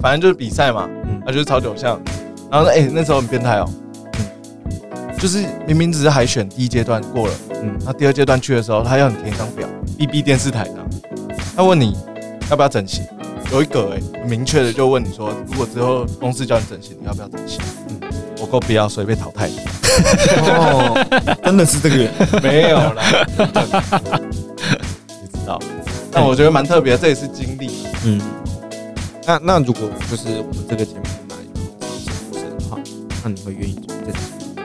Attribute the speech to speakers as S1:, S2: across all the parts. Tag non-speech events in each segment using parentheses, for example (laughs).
S1: 反正就是比赛嘛，
S2: 嗯
S1: 啊就是超九项，然后说哎、那时候很变态哦，嗯，就是明明只是海选第一阶段过了，
S2: 嗯
S1: 那第二阶段去的时候他要你填一张表，B B 电视台上，他问你要不要整形，有一个哎、很明确的就问你说，如果之后公司叫你整形，你要不要整形？嗯，我够不要，所以被淘汰，
S2: 哦，真的是这个，
S1: (laughs) 没有啦， (laughs) 你知道，但我觉得蛮特别的，这也是经历。
S2: 嗯。那那如果就是我们这个节目哪里不是的话，那你会愿意再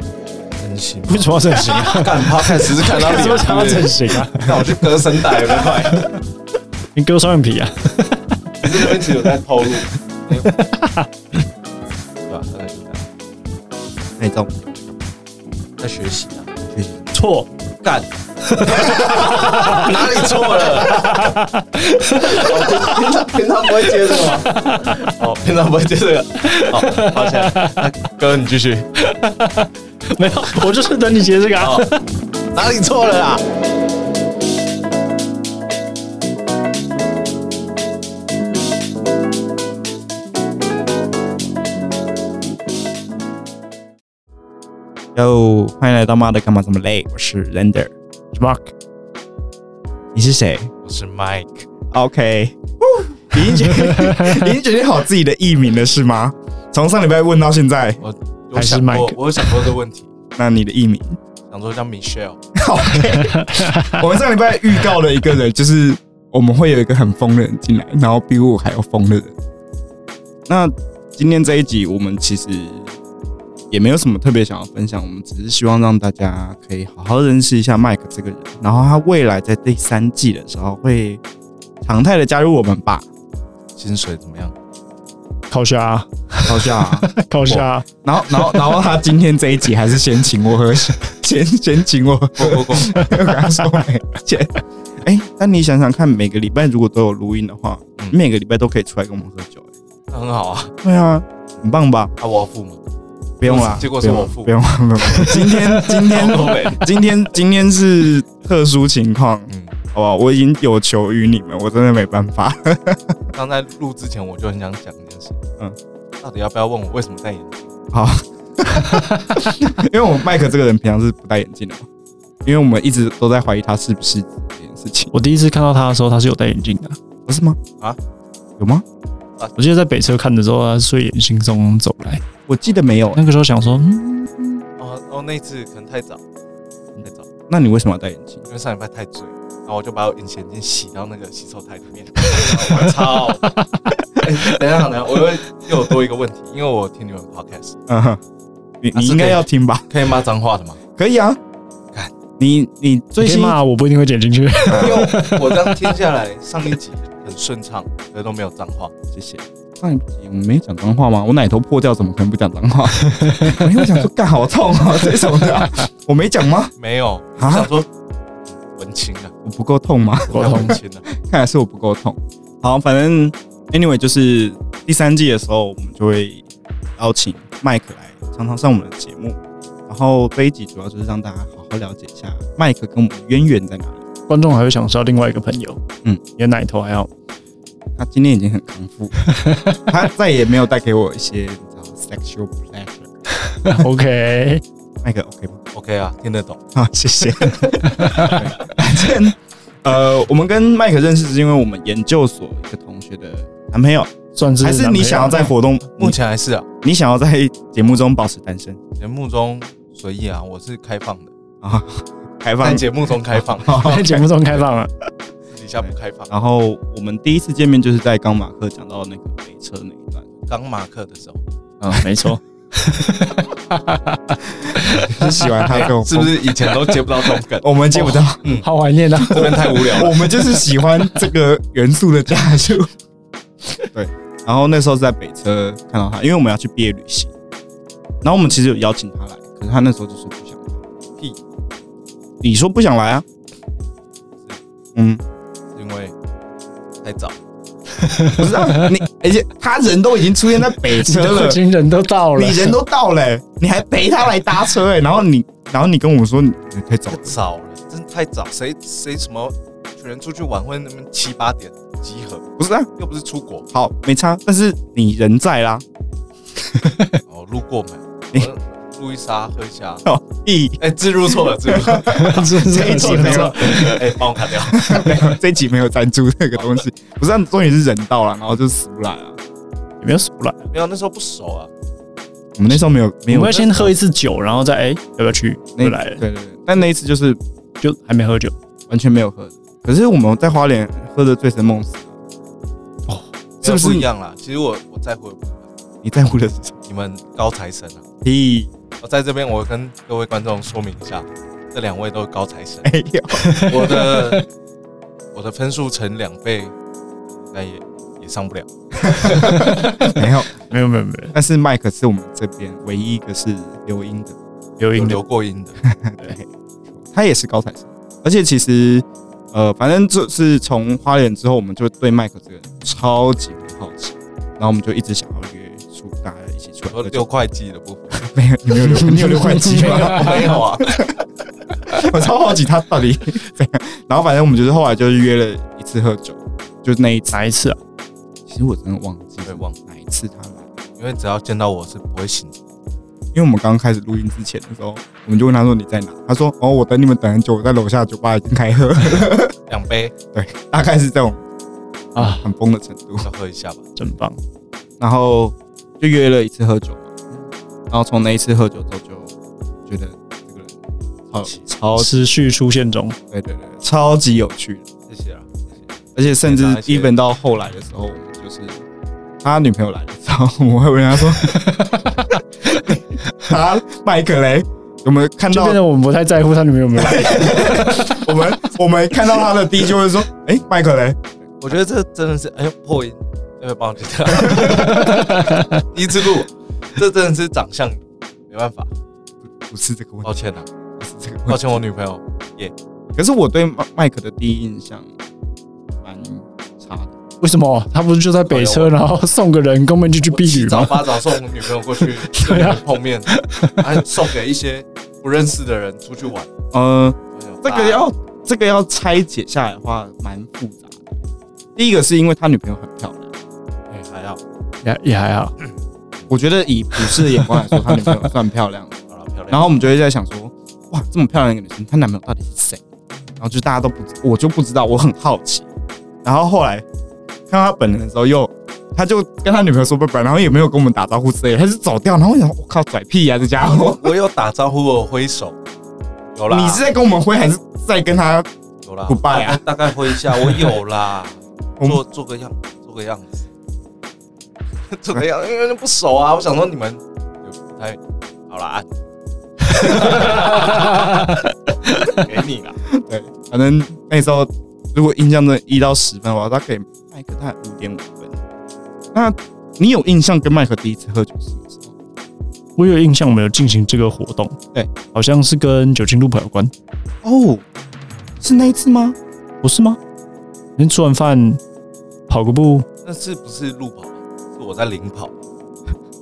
S1: 真心
S3: 为什么要整形
S2: (laughs)
S3: 啊？
S1: 干 p o d (laughs) 只是看到
S3: 为什么想要
S1: 脸，
S3: 整形啊？
S1: 那我去割声带有没有快？
S3: 你割双眼皮啊？
S1: 可是那边其实有在透露，对吧？大概就这样，
S2: 那你知道我们节目
S1: 在学习啊，
S2: 学习
S3: 错，
S1: 干，哪里错了？平常平常不会接这个吗？哦，平常不会接这个，好，抱歉，那哥你继续，
S3: 没有，我就是等你接这个啊。
S1: 哪里错了啦？
S2: 哟，欢迎来到妈的干嘛这么累？我是 Render，我是 Mark，你是谁
S1: 我是 Mike，
S2: ？OK，你已 (laughs) 经决定你已经决定好自己的艺名了是吗？从上礼拜问到现在，
S1: 我
S3: 还
S1: 我
S3: 是
S1: 想过
S3: Mike，
S1: 我有想过这个问题，
S2: 那你的艺名
S1: 想说叫 Michelle，
S2: ？OK，我 (laughs) 们上礼拜预告了一个人，就是我们会有一个很疯的人进来，然后比我还要疯的人。那今天这一集，我们其实也没有什么特别想要分享，我们只是希望让大家可以好好认识一下麦克这个人，然后他未来在第三季的时候会常态的加入我们 (laughs) 吧。
S1: 薪水怎么样？
S3: 烤虾，
S2: 好笑啊！
S3: 烤虾，
S2: 然后，然后，然后他今天这一集还是先请我喝，先 (laughs) 先请我，
S1: 过过过，
S2: 我跟他说没钱。 (laughs) 哎、但你想想看，每个礼拜如果都有录音的话，
S1: 嗯
S2: 每个礼拜都可以出来跟我们喝酒、
S1: 那很好啊，
S2: 哎，对啊，很棒吧？
S1: 啊我要付吗？
S2: 不用啦，
S1: 结果是
S2: 不用
S1: 我付
S2: 不用 (laughs) 不用。不用今天
S1: (laughs)
S2: 今天今天今天是特殊情况，
S1: 嗯，
S2: 好不好？我已经有求于你们，我真的没办法。 (laughs)
S1: 刚才录之前我就很想讲一件事，
S2: 嗯
S1: 嗯，到底要不要问我为什么戴眼镜？
S2: 好，因为我麦克这个人平常是不戴眼镜的嘛，因为我们一直都在怀疑他是不是这件事情，
S3: 我第一次看到他的时候，他是有戴眼镜的。
S2: 不是吗？
S1: 啊，
S2: 有吗？
S3: 我记得在北车看的时候，他睡眼惺忪走来。
S2: 我记得没有、
S3: 那个时候想说，嗯，
S1: 哦哦，那一次可能太早，嗯太早，
S2: 那你为什么要戴眼镜？
S1: 因为上礼拜太醉，然后我就把我隐形眼镜洗到那个洗手台里 (laughs) 面。我操！ (laughs) 哎等一下，等一下，我又又有多一个问题，因为我听你们 podcast
S2: 嗯哼，你
S1: 啊
S2: 你
S1: 是
S2: 应该
S1: 可以
S2: 要听吧？
S1: 可以骂脏话的吗？
S2: 可以啊
S1: 干。
S2: 你你
S3: 你可
S2: 最
S3: 以
S2: 新
S3: 骂我不一定会剪进
S2: (laughs)
S3: 去。
S1: 因为我刚听下来上一集很顺畅，可是都没有脏话。
S2: 谢谢。上一集我们没有讲脏话吗？我奶头破掉，怎么可能不讲脏话？ (laughs) 我因为想说，干好痛啊，这种的 (laughs) 啊、我没讲吗？
S1: 没有，我
S2: 啊
S1: 想说文青啊，
S2: 我不够痛吗？ (laughs)
S3: 够痛
S1: 文青啊，
S2: 看来是我不够痛。好，反正 anyway 就是第三季的时候，我们就会邀请麦克来常常上我们的节目。然后这一集主要就是让大家好好了解一下麦克跟我们的渊源在哪里。
S3: 观众还会想知道另外一个朋友，
S2: 嗯
S3: 嗯，你的奶头还
S2: (laughs)
S3: 好，
S2: 他今天已经很康复了，他再也没有带给我一些你知道 sexual pleasure。
S3: OK，
S2: 麦克 OK 吗？ (laughs)
S1: OK 啊，听得懂。
S2: 好，谢谢。反正呃，我们跟麦克认识是因为我们研究所一个同学的男朋友，
S3: 算是
S2: 还是
S3: 男朋
S2: 你
S3: 友啊
S2: 想要在活动
S1: 目前还是啊，
S2: 你想要在节目中保持单身
S1: 节目中随意啊，我是开放的，
S2: 啊？开
S1: 在
S2: 放。
S1: 节目中开
S2: (laughs)
S1: 放，
S3: 在 (laughs) 节目中开放了，
S1: 私底下不开放。
S2: 然后我们第一次见面就是在刚马克讲到那个北车那一段，
S1: 刚马克的时候，
S3: 嗯，没错，
S2: (laughs) 就是喜欢他
S3: 哎
S2: 跟我，
S1: 是不？是以前都接不到这种
S2: (laughs)
S1: 梗？
S2: 我们接不到，
S3: 好怀
S2: (laughs)
S3: 念啊，
S1: 这边太无聊了。
S2: 我们就是喜欢这个元素的加入。 (laughs) 对，然后那时候是在北车看到他，因为我们要去毕业旅行，然后我们其实有邀请他来，可是他那时候就说不想来。
S1: 屁！
S2: 你说不想来啊？嗯，
S1: 因为太早，
S2: 不是啊，你而且他人都已经出现在北车了 (laughs)
S3: 已，经人都到了，
S2: 你
S3: (laughs)
S2: 人都到了、欸你还陪他来搭车哎、然后你，然后你跟我说你你太早
S1: 太
S2: 了，
S1: 早了，真的太早。谁谁什么全人出去晚会那么七八点，集合，
S2: 不是啊，
S1: 又不是出国
S2: 好没差，但是你人在啦，
S1: 哦，路过门
S2: 你，
S1: 路易莎麾下，
S2: 哦，咦，
S1: 哎，字入错了，字入错
S2: (laughs)
S1: 了，
S3: 这
S2: 这一集没有，
S1: 哎，帮我砍掉，
S2: 没有 (laughs) 这一集没有赞助这个东西，不是、啊，重点是人到了，然后就死不来啊。
S3: 也没有数来。
S1: 没有，那时候不熟啊，
S2: 我们那时候没有
S3: 我
S2: 没有
S3: 们要先喝一次酒，然后再哎、要不要去？
S2: 那
S3: 就来了，
S2: 对对对，但那一次就是
S3: 就还没喝酒。
S2: 完全没有喝的。可是我们在花莲喝的醉生梦死，是不是
S1: 没有一样啦？其实我我在乎的不一样
S2: 你在乎的是什么？
S1: 你们高材生啊，
S2: 屁，
S1: 我在这边我跟各位观众说明一下，这两位都是高材生，
S2: (laughs) 没有，
S1: 我的我的分数乘两倍，那也也上不了。
S2: 没有。
S3: 没有没有没有，
S2: 但是麦克是我们这边唯一一个是留英的，
S3: 有
S1: 有
S3: 饮
S1: 留
S3: 料。
S1: 过音的，
S2: 他也是高材生。而且其实，呃，反正就是从花莲之后，我们就对麦克这个人超级好奇，然后我们就一直想要约出大家一起出来
S1: 我
S2: 喝
S1: 六
S2: 酒。
S1: 会计的部分
S2: 没有， (laughs) 你没有留，你有留块鸡吗？
S1: 没有啊，
S2: (laughs) 我超好奇他到底怎样。然后反正我们就是后来就是约了一次喝酒，就是那一次。
S3: 哪一次啊？
S2: 其实我真的忘记
S1: 对
S2: 了
S1: 忘
S2: 哪一次他来，
S1: 因为只要见到我是不会醒的。
S2: 因为我们刚刚开始录音之前的时候，我们就问他说你在哪？他说哦，我等你们等很久，我在楼下酒吧已经开喝，
S1: 两杯，
S2: 大概是这种
S3: 啊，
S2: 很疯的程度。
S1: 要喝一下吧。
S3: 真棒！
S2: 然后就约了一次喝酒嘛，然后从那一次喝酒之后就觉得这个人超超
S3: 持续出现中，
S2: 对对对，超级有趣的，
S1: 谢谢啊，
S2: 而且甚至
S1: 非常谢谢
S2: even 到后来的时候，我们就是他女朋友来的时候，我会问他说，啊，麦克雷。我们看
S3: 就
S2: 到
S3: 变得我们不太在乎他女朋友有没有 (laughs) 来。
S2: 我们我们看到他的第一句会说：“哎、麦克雷，
S1: 我觉得这真的是哎呦破音，要不要帮我剪掉？
S2: (laughs)
S1: 第一次录，这真的是长相没办法，
S2: 不是这个问
S1: 抱
S2: 题，
S1: 歉啊，
S2: 不是这个问
S1: 抱
S2: 题。
S1: 歉我女朋友。”
S2: 可是我对麦麦克的第一印象蛮差的。
S3: 为什么他不是就在北车，然后送个人跟我们就去避
S1: 起
S3: 雨
S1: 早
S3: 吗？
S1: 八早送女朋友过
S2: (laughs)
S1: 去跟
S2: 啊
S1: 人碰面，还送给一些不认识的人出去玩。哎
S2: 呃，这个要这个要拆解下来的话，蛮复杂的。第一个是因为他女朋友很漂亮，
S1: 哎还好，
S3: 也也还好，
S2: 我觉得以普世的眼光来说，他女朋友算漂亮的。
S1: 好了漂亮。
S2: 然后我们就会在想说，哇，这么漂亮的一个女生，她男朋友到底是谁？然后就大家都不知，我就不知道，我很好奇。然后后来看到他本人的时候又，他就跟他女朋友说拜拜，然后也没有跟我们打招呼之类的，他就走掉。然后我想，我靠，拽屁呀、这家伙！
S1: 我有打招呼，我有挥手，有啦，
S2: 你是在跟我们挥，还是在跟他？
S1: 有啦
S2: goodbye 啊
S1: 大概大概挥一下，我有啦，
S2: (laughs) 我们
S1: 做做个样，做个样子， (laughs) 做个样，因为不熟啊，我想说你们有不太好啦， (laughs) 啊给你啦，
S2: 对，反正那时候如果印象真的一到十分的话，他给麦克他五点五分。那你有印象跟麦克第一次喝酒是什么时候？
S3: 我有印象，我们有进行这个活动，
S2: 对，
S3: 好像是跟酒精路跑有关，
S2: 哦，是那一次吗？
S3: 不是吗？你吃完饭跑个步，
S1: 那是不是路跑？是我在领跑，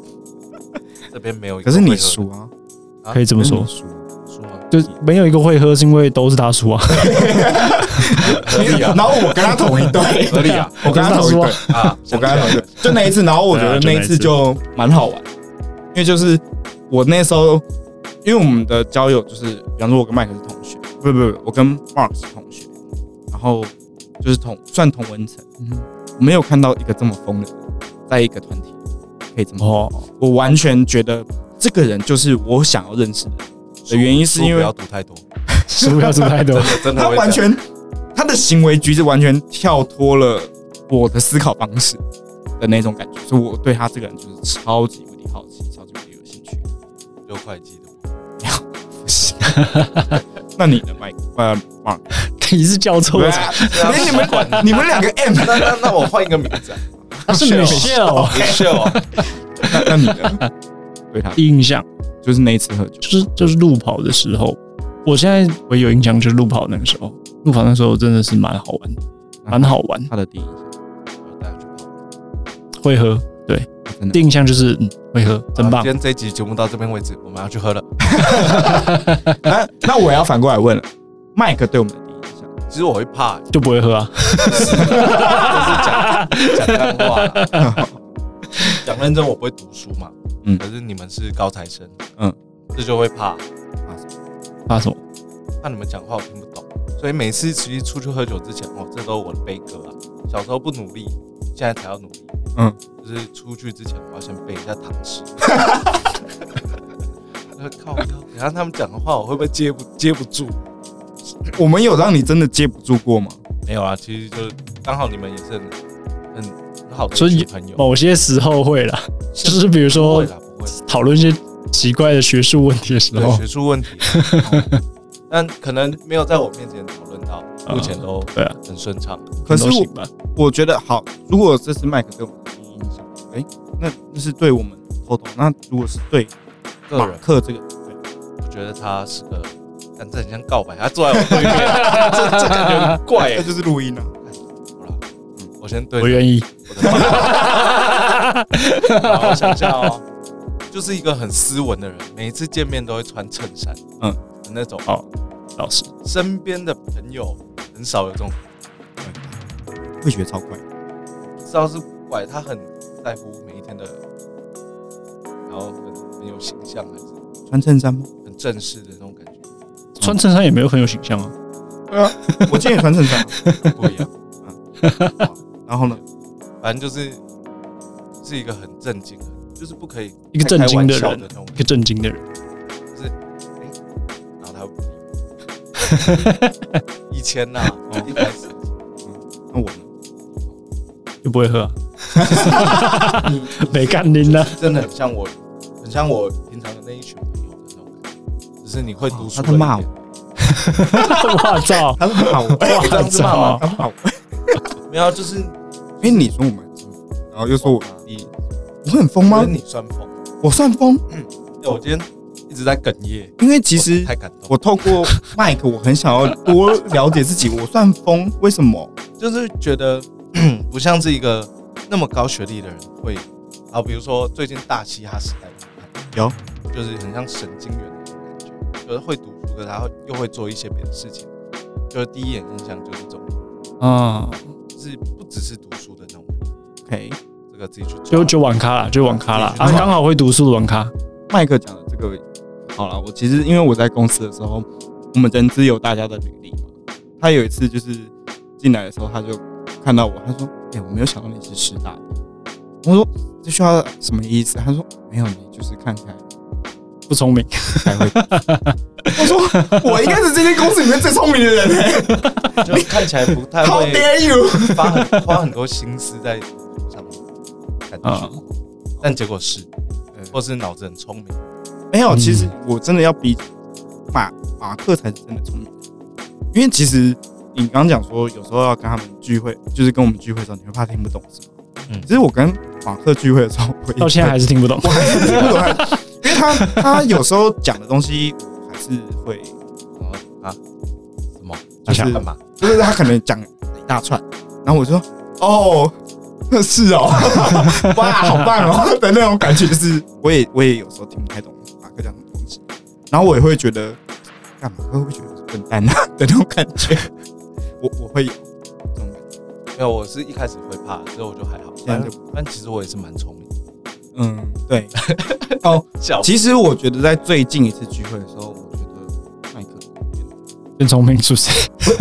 S1: (laughs) 这边没有一个
S2: 可
S1: 会
S2: 是
S1: 喝的。
S2: 你输啊，
S1: 啊
S3: 可以这么说
S2: 可，是你输啊
S1: 输吗？
S3: 就是没有一个会喝，是因为都是他 (laughs) 输啊。
S1: 合理啊
S2: (laughs) 然后我跟他同一队，
S1: 合理啊，
S2: (laughs) 我跟他同一队，
S1: 啊！
S2: 我跟他同一队，就那一次。然后我觉得那一次就蛮好玩，因为就是我那时候，因为我们的交友就是，比方说我跟麦克是同学，不不不，我跟 Mark 是同学，然后就是同算同文层，我没有看到一个这么疯的人，在一个团体可以这么疯，
S3: 哦，
S2: 我完全觉得这个人就是我想要认识的人，
S1: 输
S2: 的原因是因
S1: 输不
S2: 为
S1: 要赌太多，
S3: 食物要吃太多
S1: 真，的真的
S2: 他
S1: 会
S2: 完
S1: 这样
S2: 全他的行为举止完全跳脱了我的思考方式的那种感觉，所以我对他这个人就是超级无敌好奇，超级无敌有兴趣。 (laughs)
S1: 六会计的，
S2: 那你的麦克呃，Mark，
S3: 你是叫错了，
S2: 哎 (laughs) 你们
S1: 管
S2: 你们两个 M，
S1: 啊 (laughs) 那那那我换一个名字啊，
S3: 他是女校。
S1: 你秀啊， (laughs)
S2: 那那你的对啊他
S3: 印象
S2: 就是那一次喝酒，
S3: 就是就是路跑的时候，我现在我有印象就是路跑那个时候，路跑那时候真的是蛮好玩，蛮好玩，
S2: 他的第一印象，
S1: 我带他去跑
S3: 会喝。
S2: 真
S3: 第
S2: 的
S3: 一印象就是嗯，会喝，真
S1: 好
S3: 棒
S1: 今。天这一集节目到这边为止，我们要去喝了。
S2: 那那我要反过来问了，麦克对我们的第一印象，
S1: 其实我会怕、欸，
S3: 就不会喝啊。
S1: 就是讲讲干话啦。讲认真，我不会读书嘛，
S2: 嗯
S1: 可是你们是高材生，
S2: 嗯
S1: 嗯，这就会怕，
S3: 怕什么？
S1: 怕你们讲话我听不懂，所以每次其实出去喝酒之前，哦，这都是我的悲歌啊。小时候不努力，现在才要努力，
S2: 嗯
S1: 嗯，就是出去之前我要先背一下唐诗。 (laughs) 呃靠腰，等下他们讲的话，我会不会接不接不住？
S2: 我们有让你真的接不住过吗？
S1: 没有啊，其实就是刚好你们也是很很很好的
S3: 所以
S1: 一群朋友，
S3: 某些时候会啦， (laughs) 就是比如
S1: 不会
S3: 说哦
S1: 啦，不会。
S3: 讨论一些奇怪的学术问题的时
S1: 对
S3: 候
S1: 学，术问题， (laughs) 哦但可能没有在我面前讨论到，目前都
S3: 对啊，
S1: 很顺畅。
S2: 可是
S3: 都
S2: 我
S3: 行吧。
S2: 我觉得好，如果这是麦克对我们的影响，哎、那那是对我们沟通。那如果是对
S1: 个
S3: 啊
S2: 马
S1: 人
S2: 克这个，
S1: 我觉得他是个，但这很像告白，他坐在我对
S3: (laughs)
S1: 面，这这感觉很怪
S2: 这
S1: 欸。
S2: 就是录音啊。
S1: 好啦，嗯我先对
S3: 我愿意。
S1: 我的朋友
S3: (laughs)
S1: 好我想一下哦，就是一个很斯文的人，每一次见面都会穿衬衫，
S2: 嗯
S1: 嗯，那种
S3: 好，老师，
S1: 身边的朋友很少有这种，
S2: 会学超快，
S1: 不知道是怪他很在乎每一天的，然后很很有形象还是。
S2: (laughs) 穿衬衫吗？
S1: 很正式的那种感觉，
S3: 穿衬衫也没有很有形象啊。
S2: 我建议穿衬衫。
S1: 不一样。
S2: 然后呢？
S1: 反正就是是一个很正经的，就是不可以
S3: 一个正经的
S1: 开玩笑
S3: 人，
S1: 的那种
S3: 一。个正经的人，
S1: 然后
S2: (laughs)
S1: 他会不理我以前呐、
S2: 哦
S1: 一开始
S2: 那我呢？
S3: 就不会喝、啊。啊
S1: (laughs)
S3: (laughs) 没干拎呢，
S1: 真的很像我，很像我平常的那一群朋友的那种感觉，只是你会读书
S2: 哦他在骂
S1: 我
S2: 我，
S3: 我操！
S2: 他说好，
S1: 我这样子骂吗？
S2: 他说好。
S1: 没有，啊就是
S2: 因为你说我们很疯，然后又说我
S1: 你，
S2: 我很疯
S1: 我觉
S2: 吗
S1: 得？你算疯。
S2: 我算疯，
S1: 哎我今天一直在哽咽，
S2: 因为其实
S1: 我太感动
S2: 我
S1: 了，
S2: 透过 Mike，我很想要多了解自己。我算疯，为什么？
S1: 我就是觉得 (clears throat) 不像是一个那么高学历的人会啊，比如说最近大嘻哈时代，
S2: 有
S1: 就是很像神经元的那种感觉，就是会读书，可是他又会做一些别的事情，就是第一眼印象就是这种，
S3: 啊，
S1: 就是不只是读书的那种，
S2: ，OK。
S1: 这个自己去抓
S3: 就就网咖啦，就网咖啦。
S1: 嗯
S3: 啊，刚好会读书的网咖，
S2: 麦克讲的这个，好了，我其实因为我在公司的时候，我们人资有大家的履历嘛。他有一次就是进来的时候，他就看到我，他说：“哎、我没有想到你是师大的。”我说：“这需要什么意思？”他说：“没有，你就是看起来
S3: 不聪明，
S2: 才会。”我说：“我应该是这间公司里面最聪明的人、欸。
S1: 就看起来不
S2: (laughs)
S1: 太
S2: How
S1: 会
S2: dare you！”
S1: 花很花很多心思在上面，感觉
S3: 啊，
S1: 但结果是
S2: 嗯，
S1: 或是脑子很聪明，
S2: 没有，
S3: 嗯
S2: 其实我真的要比马马克才是真的聪明，因为其实你刚刚讲说，有时候要跟他们聚会，就是跟我们聚会的时候，你会怕听不懂是吗？嗯
S1: 嗯，
S2: 其实我跟马克聚会的时候，我也
S3: 到现在还是听不懂。
S2: 我还是听不懂他，因为他他有时候讲的东西，我还是会，
S1: 然后啊，什么？
S2: 哦就
S1: 想
S2: 是
S1: 干嘛？
S2: 就是他可能讲一大串，然后我就说哦。是哦， (laughs) 哇，好棒哦 (laughs) 的那种感觉，就是我也我也有时候听不太懂马克讲什么东西，然后我也会觉得，干马克会不会觉得我是笨蛋啊 (laughs) 的那种感觉，我我会有这种感觉，
S1: 没有，我是一开始会怕，之后我就还好，
S2: 现在
S1: 但
S2: 就
S1: 但其实我也是蛮聪明的，
S2: 嗯，对，哦，
S1: 笑
S2: 其实我觉得在最近一次聚会的时候，我觉得麦克
S3: (laughs) 变聪明是 (laughs) 不是？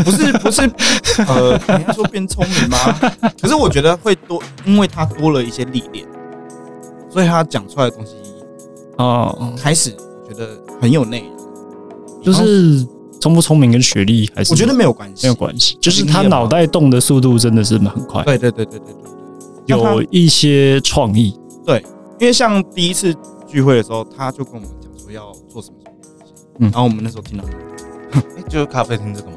S2: 不是不是， (laughs) 呃，你要说变聪明吗？可是我觉得会多，因为他多了一些历练，所以他讲出来的东西
S3: 哦，
S2: 开始我觉得很有内容。
S3: 就是聪不聪明跟学历还是
S2: 我觉得没有关系
S3: 没有。关系，就是他脑袋动的速度真的是很快，
S2: 对对对对对对，那他
S3: 有一些创意。
S2: 因为像第一次聚会的时候，他就跟我们讲说要做什么什么东西，
S3: 嗯
S2: 然后我们那时候听到，
S1: 哎，就是咖啡厅这个吗？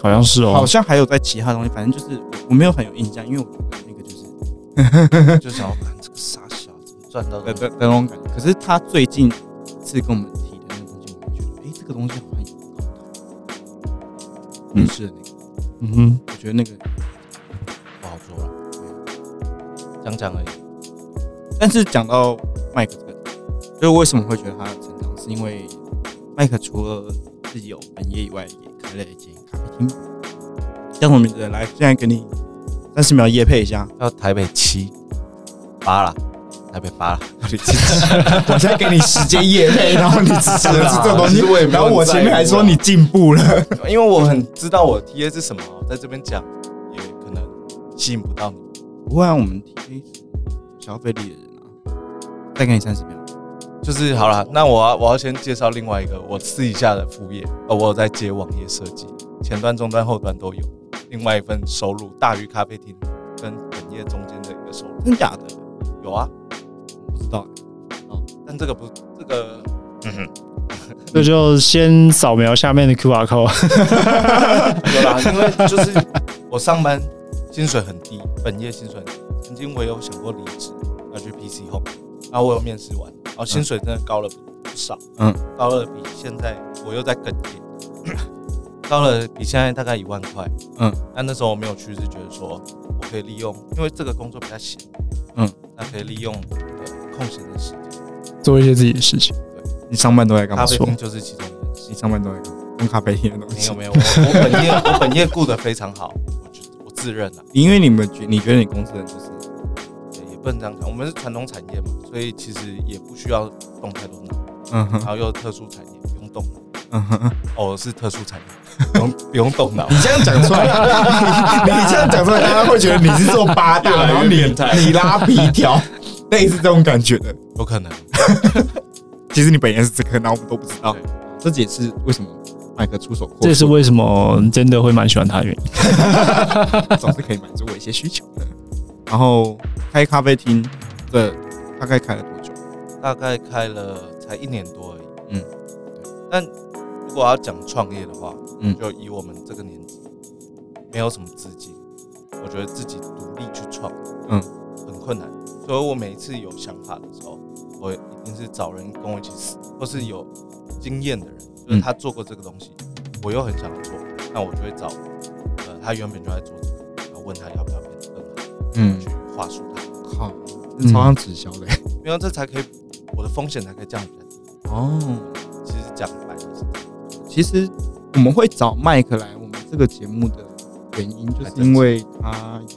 S3: 好像是
S2: 好
S3: 哦，
S2: 像还有在其他东西，反正就是我没有很有印象，因为我觉得那个就是 (laughs)
S1: 就想要看这个傻小子怎么赚到
S2: 的
S1: 的。
S2: 的的那种感觉。可是他最近一次跟我们提的那个东西，我们觉得，哎，这个东西好像有搞头，
S3: 嗯
S2: 嗯，是的那个，
S3: 嗯哼，
S2: 我觉得那个
S1: 不好做了，讲讲而已。
S2: 但是讲到麦克这个，就是为什么会觉得他成长，是因为麦克除了自己有本业以外，也开了一间咖啡厅，叫什么名字？来，现在给你三十秒夜配一下。
S4: 到台北七八啦，台北八啦，
S2: 我现在给你时间夜配，然后你 (laughs) 只讲的是这东西
S1: 其实我也，没有
S2: 啊然后我前面还说你进步了，
S1: (laughs) 因为我很知道我的 TA 是什么，我在这边讲也可能吸引不到你。
S2: 不然我们 TA 消费力的人啊，再给你三十秒。
S1: 就是好了，那我要我要先介绍另外一个我私底下的副业，呃，我有在接网页设计，前端、中端、后端都有。另外一份收入大于咖啡厅跟本业中间的一个收入，
S2: 真假的？
S1: 有啊，
S2: 不知道，
S1: 但这个不这个
S3: 那就先扫描下面的 QR code。 (laughs)
S1: 有啦，因为就是我上班薪水很低，本业薪水很低，曾经我有想过离职，要去 PC Home，然后我有面试完，然后薪水真的高了不少，
S2: 嗯，
S1: 高了比现在我又在哽咽，高了比现在大概一万块，
S2: 嗯，
S1: 但那时候我没有去，是觉得说我可以利用，因为这个工作比较闲，
S2: 嗯，
S1: 那可以利用呃空闲的时间，
S3: 做一些自己的事情。
S2: 你上班都在干嘛
S1: 咖？啡
S3: 错
S1: 厅就是其中一件事
S2: 你。上班都在干嘛？用咖啡厅的东
S1: 没
S2: 西
S1: 有。没有，我我本
S2: (laughs)
S1: 业我本业顾得非常好，我觉我自认啊。
S2: 因为你们觉你觉得你公司人就是
S1: 对也不能这样讲，我们是传统产业嘛，所以其实也不需要动太多脑，
S2: 嗯
S1: 然
S2: 哼
S1: 后又特殊产业不用动脑，
S2: 嗯哼，
S1: 哦，我是特殊产业，
S2: (laughs)
S1: 不用不用动脑，
S2: 你这样讲出来，你 (laughs) 你这样讲出来，大家会觉得你是做八 (laughs) 大，然后你你拉皮条， (laughs) 类似这种感觉的。
S1: 有可能
S2: 其实你本来是这个，然后我们都不知道
S1: 对。
S2: 这也是为什么麦克出手阔
S3: 这也是为什么真的会蛮喜欢他的原因。
S2: 总是可以满足我一些需求的。然后开咖啡厅的大概开了多久？
S1: 大概开了才一年多而已，
S2: 嗯
S1: 嗯，但如果要讲创业的话，
S2: 嗯
S1: 嗯，就以我们这个年纪，没有什么资金，我觉得自己独立去创，嗯，
S2: 嗯
S1: 很困难，所以我每一次有想法的时候，我一定是找人跟我一起试，或是有经验的人，就是他做过这个东西，我又很想要做，那我就会找，呃，他原本就在做这个，然后问他要不要变得更好，
S2: 嗯，
S1: 去话术他，
S2: 靠，
S3: 嗯
S2: 这超像直销的、
S1: 因为这才可以，我的风险才可以降得比较低。
S2: 哦。
S1: 其实讲白了是这样，
S2: 其实我们会找麦克来我们这个节目的原因，就是因为他有，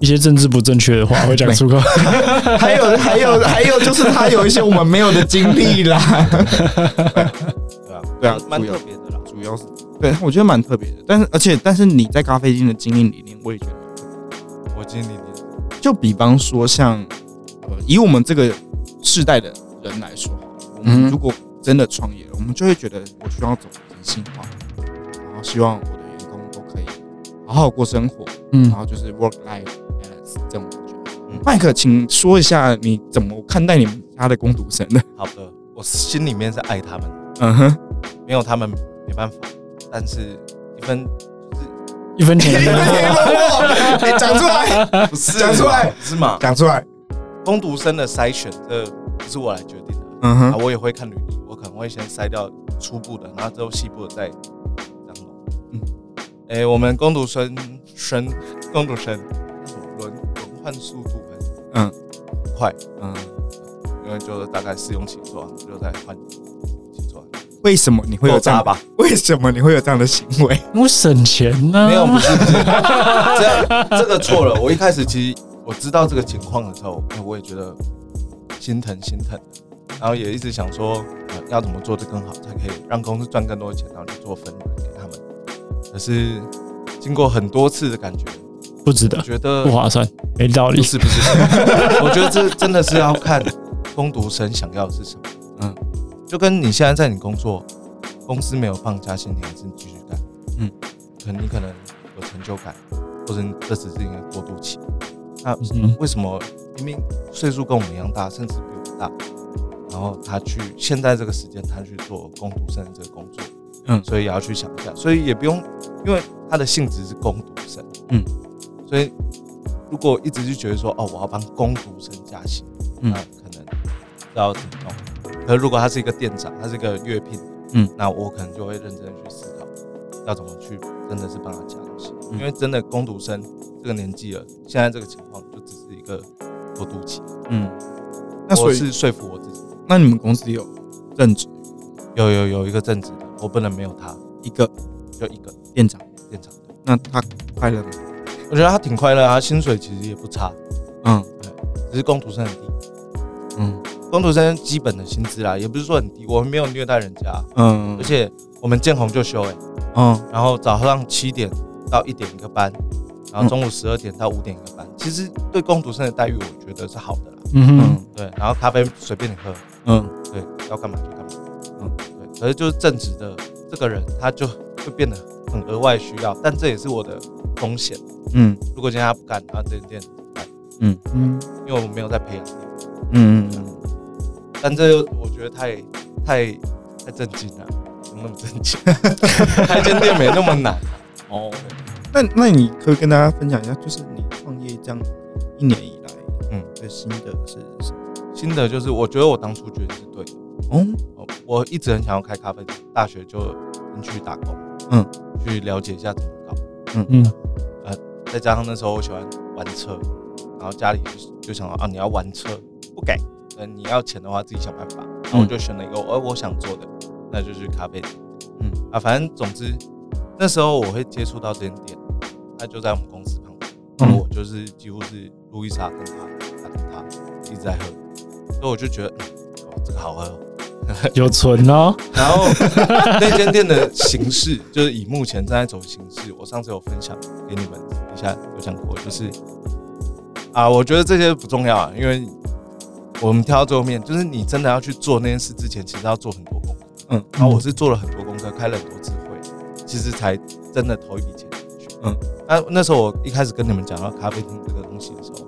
S3: 一些政治不正确的话会讲出 (laughs) 口，
S2: 还 (laughs) 有还有还有就是他有一些我们没有的经历啦。
S1: 对啊，
S2: 对啊
S1: 蛮
S2: 主要
S1: 特别的啦。
S2: (laughs) 主要是对，我觉得蛮特别的。但是而且但是你在咖啡厅的经历里面，我也觉得蛮特
S1: 我经历
S2: 别，就比方说像呃，以我们这个世代的人来说，我们
S3: 嗯
S2: 如果真的创业了，我们就会觉得我需要走人性化，然后希望我的员工都可以好好过生活，
S3: 嗯
S2: 然，后就是 work life balance 这种感觉
S1: 嗯。
S2: 麦克，请说一下你怎么看待你们家的工读生的？
S1: 好的，我心里面是爱他们的，
S2: 嗯哼，
S1: 没有他们没办法。但是一分
S3: 一分钱都没有。
S2: (laughs) 哎讲出来，
S1: 不是
S2: 讲出来
S1: 是吗？
S2: 讲出来。
S1: 攻读生的筛选，这不是我来决定的、
S2: 嗯
S1: 啊，
S2: 哼，
S1: 我也会看履历，我可能会先筛掉初步的，然后之后细部的再张罗。
S2: 嗯
S1: 嗯，哎、我们攻读生生攻读生那种轮轮换速度很
S2: 嗯
S1: 快，
S2: 嗯，
S1: 因为就是大概试用期做完就再换期做完，
S2: 为什么你会有
S1: 够
S2: 这
S1: 渣
S2: 样？
S1: 吧？
S2: (laughs) 为什么你会有这样的行为？
S3: 我省钱呢、
S1: 没有，不是不是， (laughs) 这样这个错了。我一开始其实我知道这个情况的时候，哎我也觉得心疼心疼，然后也一直想说、呃要怎么做得更好，才可以让公司赚更多的钱，然后去做分润给他们。可是经过很多次的感觉，
S3: 不值
S1: 我
S3: 得，
S1: 觉得
S3: 不划算，没道理
S1: 不。是不是， (laughs) 我觉得这真的是要看工读生想要的是什么。嗯，就跟你现在在你工作，公司没有放假薪，你还是继续干。
S2: 嗯
S1: 嗯，可能你可能有成就感，或者你这只是一个过渡期。那
S3: 嗯，
S1: 为什么明明岁数跟我们一样大，甚至比我们大，然后他去现在这个时间他去做工读生的这个工作，
S2: 嗯
S1: 所以也要去想一下，所以也不用，因为他的性质是工读生，
S2: 嗯，
S1: 所以如果一直就觉得说哦，我要帮工读生加薪，
S2: 嗯
S1: 那可能不知道怎么弄。可是如果他是一个店长，他是一个月聘，
S2: 嗯，
S1: 那我可能就会认真的去思考，要怎么去真的是帮他加东西，
S2: 嗯
S1: 因为真的工读生这个年纪了，现在这个情况就只是一个过渡期。
S2: 嗯，那所
S1: 我
S2: 以
S1: 是说服我自己，
S2: 那你们公司有任职
S1: 有有有一个正职的，我不能没有他。
S2: 一个
S1: 就一个
S2: 店长，
S1: 店长。
S2: 那他快乐吗？
S1: 我觉得他挺快乐啊，他薪水其实也不差，
S2: 嗯
S1: 只是工读生很低。
S2: 嗯
S1: 工读生基本的薪资啦，也不是说很低，我们没有虐待人家，
S2: 嗯
S1: 而且我们见红就休哎、
S2: 嗯
S1: 然后早上七点到一点一个班，
S2: 嗯
S1: 然后中午十二点到五点一个班。其实对工读生的待遇，我觉得是好的啦。
S3: 嗯哼，
S2: 嗯
S1: 对，然后咖啡随便你喝，
S2: 嗯，
S1: 对，要干嘛就干嘛。嗯，对。可是就是正直的这个人，他就会变得很额外需要，但这也是我的风险。
S2: 嗯
S1: 如果今天他不干，然后这件，
S3: 嗯，
S1: 因为我没有在培养他，
S2: 嗯嗯嗯，
S1: 但这又我觉得太太太震惊了，怎么那么震
S2: (laughs)
S1: 惊？开间店没那么难。
S3: 哦，
S2: 那那你可以跟大家分享一下，就是你创业这样一年以来，嗯
S1: 嗯，
S2: 的心得是什么？
S1: 新的就是，我觉得我当初决定是对的。
S2: 哦，
S1: 哦我一直很想要开咖啡店，大学就先去打工，
S2: 嗯，
S1: 去了解一下怎么搞。
S3: 嗯
S1: 再加上那时候我喜欢玩车，然后家里就就想到啊，你要玩车不给，呃，你要钱的话自己想办法。然后我就选了一个我、我想做的，那就是咖啡店。
S2: 嗯
S1: 啊，反正总之那时候我会接触到这间店，它就在我们公司旁边，
S2: 嗯
S1: 然后我就是几乎是路易莎跟他他跟他一直在喝，所以我就觉得、嗯、哦这个好喝、哦。 (laughs)
S3: 有存哦，
S1: 然后那间店的形式，就是以目前正在走的形式，我上次有分享给你们一下，有讲过，就是啊，我觉得这些不重要啊，因为我们跳到最后面，就是你真的要去做那件事之前，其实要做很多功课。
S2: 嗯，
S1: 然后我是做了很多功课，开了很多智慧，其实才真的投一笔钱进去。
S2: 嗯，
S1: 那那时候我一开始跟你们讲到咖啡厅这个东西的时候，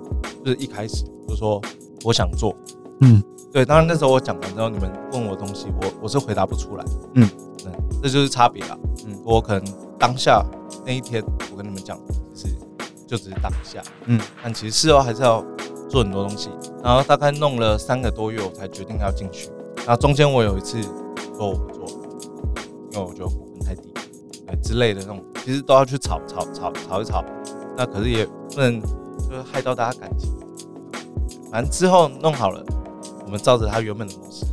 S1: 就是一开始就说我想做，
S3: 嗯，
S1: 对，当然那时候我讲完之后，你们问我东西，我我是回答不出来，
S2: 嗯
S1: 嗯，这就是差别啦，
S2: 嗯
S1: 嗯，我可能当下那一天我跟你们讲，其实就只是当下，
S2: 嗯
S1: 嗯，但其实事后还是要做很多东西，然后大概弄了三个多月，我才决定要进去，然后中间我有一次说我不做，因为我觉得股份太低，对之类的那种，其实都要去吵吵吵吵一吵，那可是也不能就是害到大家感情，反正之后弄好了。我们照着它原本的模式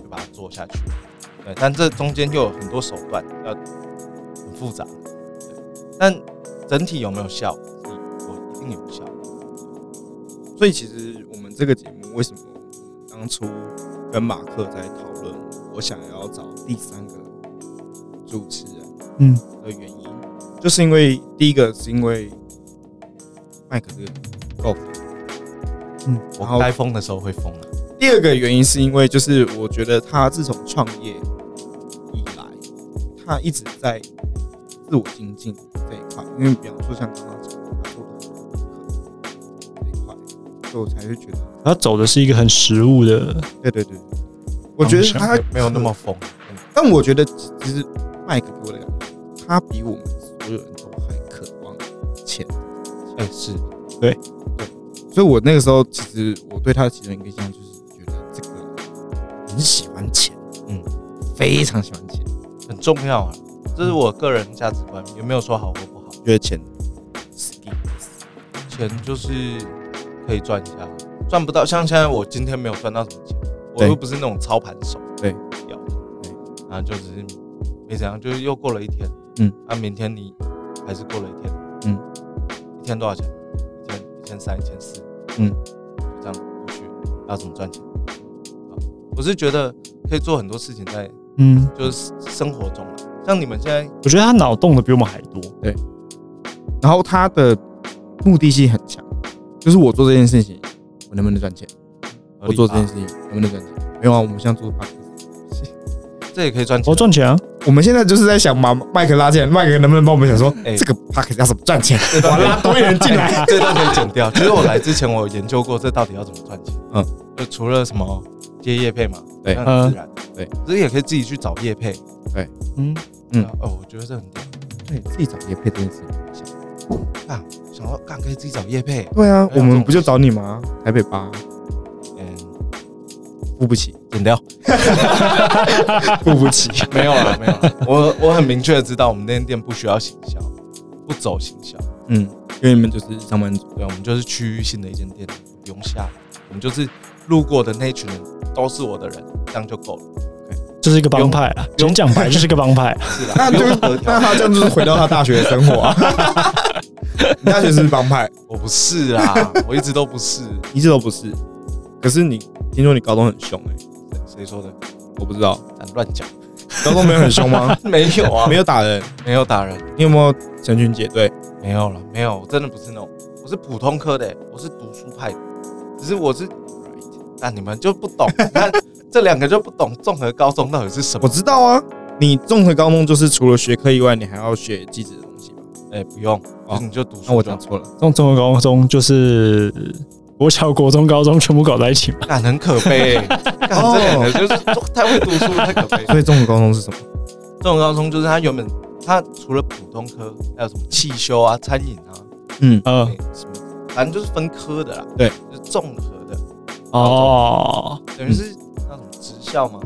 S1: 就把它做下去。对，但这中间又有很多手段，要很复杂。对，但整体有没有效？我一定有效。
S2: 所以其实我们这个节目为什么当初跟马克在讨论，我想要找第三个主持人，
S3: 嗯
S2: 的原因，就是因为第一个是因为麦克这个够疯，然后
S1: 我该疯的时候会疯啊。
S2: 第二个原因是因为就是我觉得他自从创业以来，他一直在自我精进这一块，因为比方说像刚刚讲的，他做的这一块，所以我才会觉得，
S3: 他走的是一个很实物的，
S2: 对对对，对我觉得他
S1: 没有那么疯。
S2: 但我觉得其实麦克给我的感觉，他比我们所有人都还渴望钱，
S1: 哎、是
S2: 所以我那个时候其实我对他的其中一个印象就是觉得这个人很喜欢钱，嗯
S1: 嗯，
S2: 非常喜欢钱，
S1: 很重要啊。这是我个人价值观，也没有说好或不好。
S2: 觉得钱
S1: 钱就是可以赚一下，赚不到像现在我今天没有赚到什么钱，我
S2: 对
S1: 又不是那种操盘手，
S2: 对，
S1: 要的，
S2: 对
S1: 对，啊，就只是没怎样，就是又过了一天，
S2: 嗯，
S1: 啊，明天你还是过了一天，
S2: 嗯，
S1: 一天多少钱？一千、一千三、一千四，
S2: 嗯，
S1: 就这样过去，要怎么赚钱？啊我是觉得可以做很多事情在
S3: 嗯，
S1: 就是生活中啊，像你们现在
S3: 我觉得他脑洞的比我们还多，
S2: 然后他的目的性很强，就是我做这件事情，我能不能赚钱？我做这件
S1: 这
S2: 事情能不能赚钱？没有啊，我们现在做 p o d
S1: 这也可以赚钱
S3: 我，赚钱啊，
S2: 我们现在就是在想把麦克拉进来，麦克能不能帮我们想说，
S1: 哎
S2: 这个 p o d 要怎么赚钱？
S1: 这段
S2: 我拉多一点人进来，
S1: 哎 (laughs) 这段可以剪掉。其实我来之前，我有研究过这到底要怎么赚钱。嗯，
S2: 嗯
S1: 就除了什么接业配嘛，
S2: 对嗯
S1: 那很自然，
S2: 对，
S1: 其实也可以自己去找业配。
S3: 嗯，
S2: 嗯
S1: 嗯，哦，我觉得这很屌。
S2: 对自己找业配这件事情想。
S1: 啊，想到干可以自己找业配，
S2: 对啊，
S1: 还有
S2: 我
S1: 这
S2: 们
S1: 种
S2: 不就找你吗？台北吧，
S1: 嗯，
S2: 付不起，
S1: 剪
S2: (laughs)
S1: 掉。
S2: 付不起。
S1: 没有了，没有了。我我很明确的知道，我们那间店不需要行销，不走行销。
S2: 嗯，因为你们就是上 (laughs) 班族。
S1: 对，我们就是区域性的一间店，不用下。我们就是路过的那群人都是我的人，这样就够了。
S3: 这是一个帮派啊，只能讲白就是一个帮派。啊 (laughs)
S1: 是啦，
S5: 那
S1: 不
S5: 就
S1: 用
S5: 是
S1: 得条
S5: 那他这样就是回到他大学的生活
S2: (laughs)
S5: 啊。 (laughs) 你大学是不是帮派，
S1: 我不是 (laughs) 啦，我一直都不是。
S5: 一直都不是。可是你听说你高中很凶哎、
S1: 谁说的？
S5: 我不知道，
S1: 敢乱讲？
S5: 高中没有很凶吗？
S1: 没有啊
S5: 没，有打人，
S1: 没有打人，
S5: 你有没有成群结队？
S1: 没有了，没有，我真的不是那种，我是普通科的、欸我是读书派的，只是我是，但你们就不 (laughs) 懂，那这两个就不懂综合高中到底是什
S5: 我
S1: 么？
S5: 知道啊，你综合高中就是除了学科以外，你还要学机制的东西吧？
S1: 哎、不用，
S5: 哦
S1: 你就读
S5: 那我
S1: 书就
S5: 讲
S1: 好。
S5: 错了，
S3: 这种综合高中就是国小、国中、高中全部搞在一起嘛，
S1: 那很可悲、 (laughs) 欸，干
S5: 哦
S1: 这两个就是太会读书，太可悲。
S5: 所以综合高中是什么？
S1: 这种高中就是他原本他除了普通科，还有什么汽修啊、餐饮啊，
S3: 嗯
S1: 哎，什么，反正就是分科的啦。
S5: 对，
S1: 就是综合的，
S3: 哦，
S1: 等于是那种职校嘛。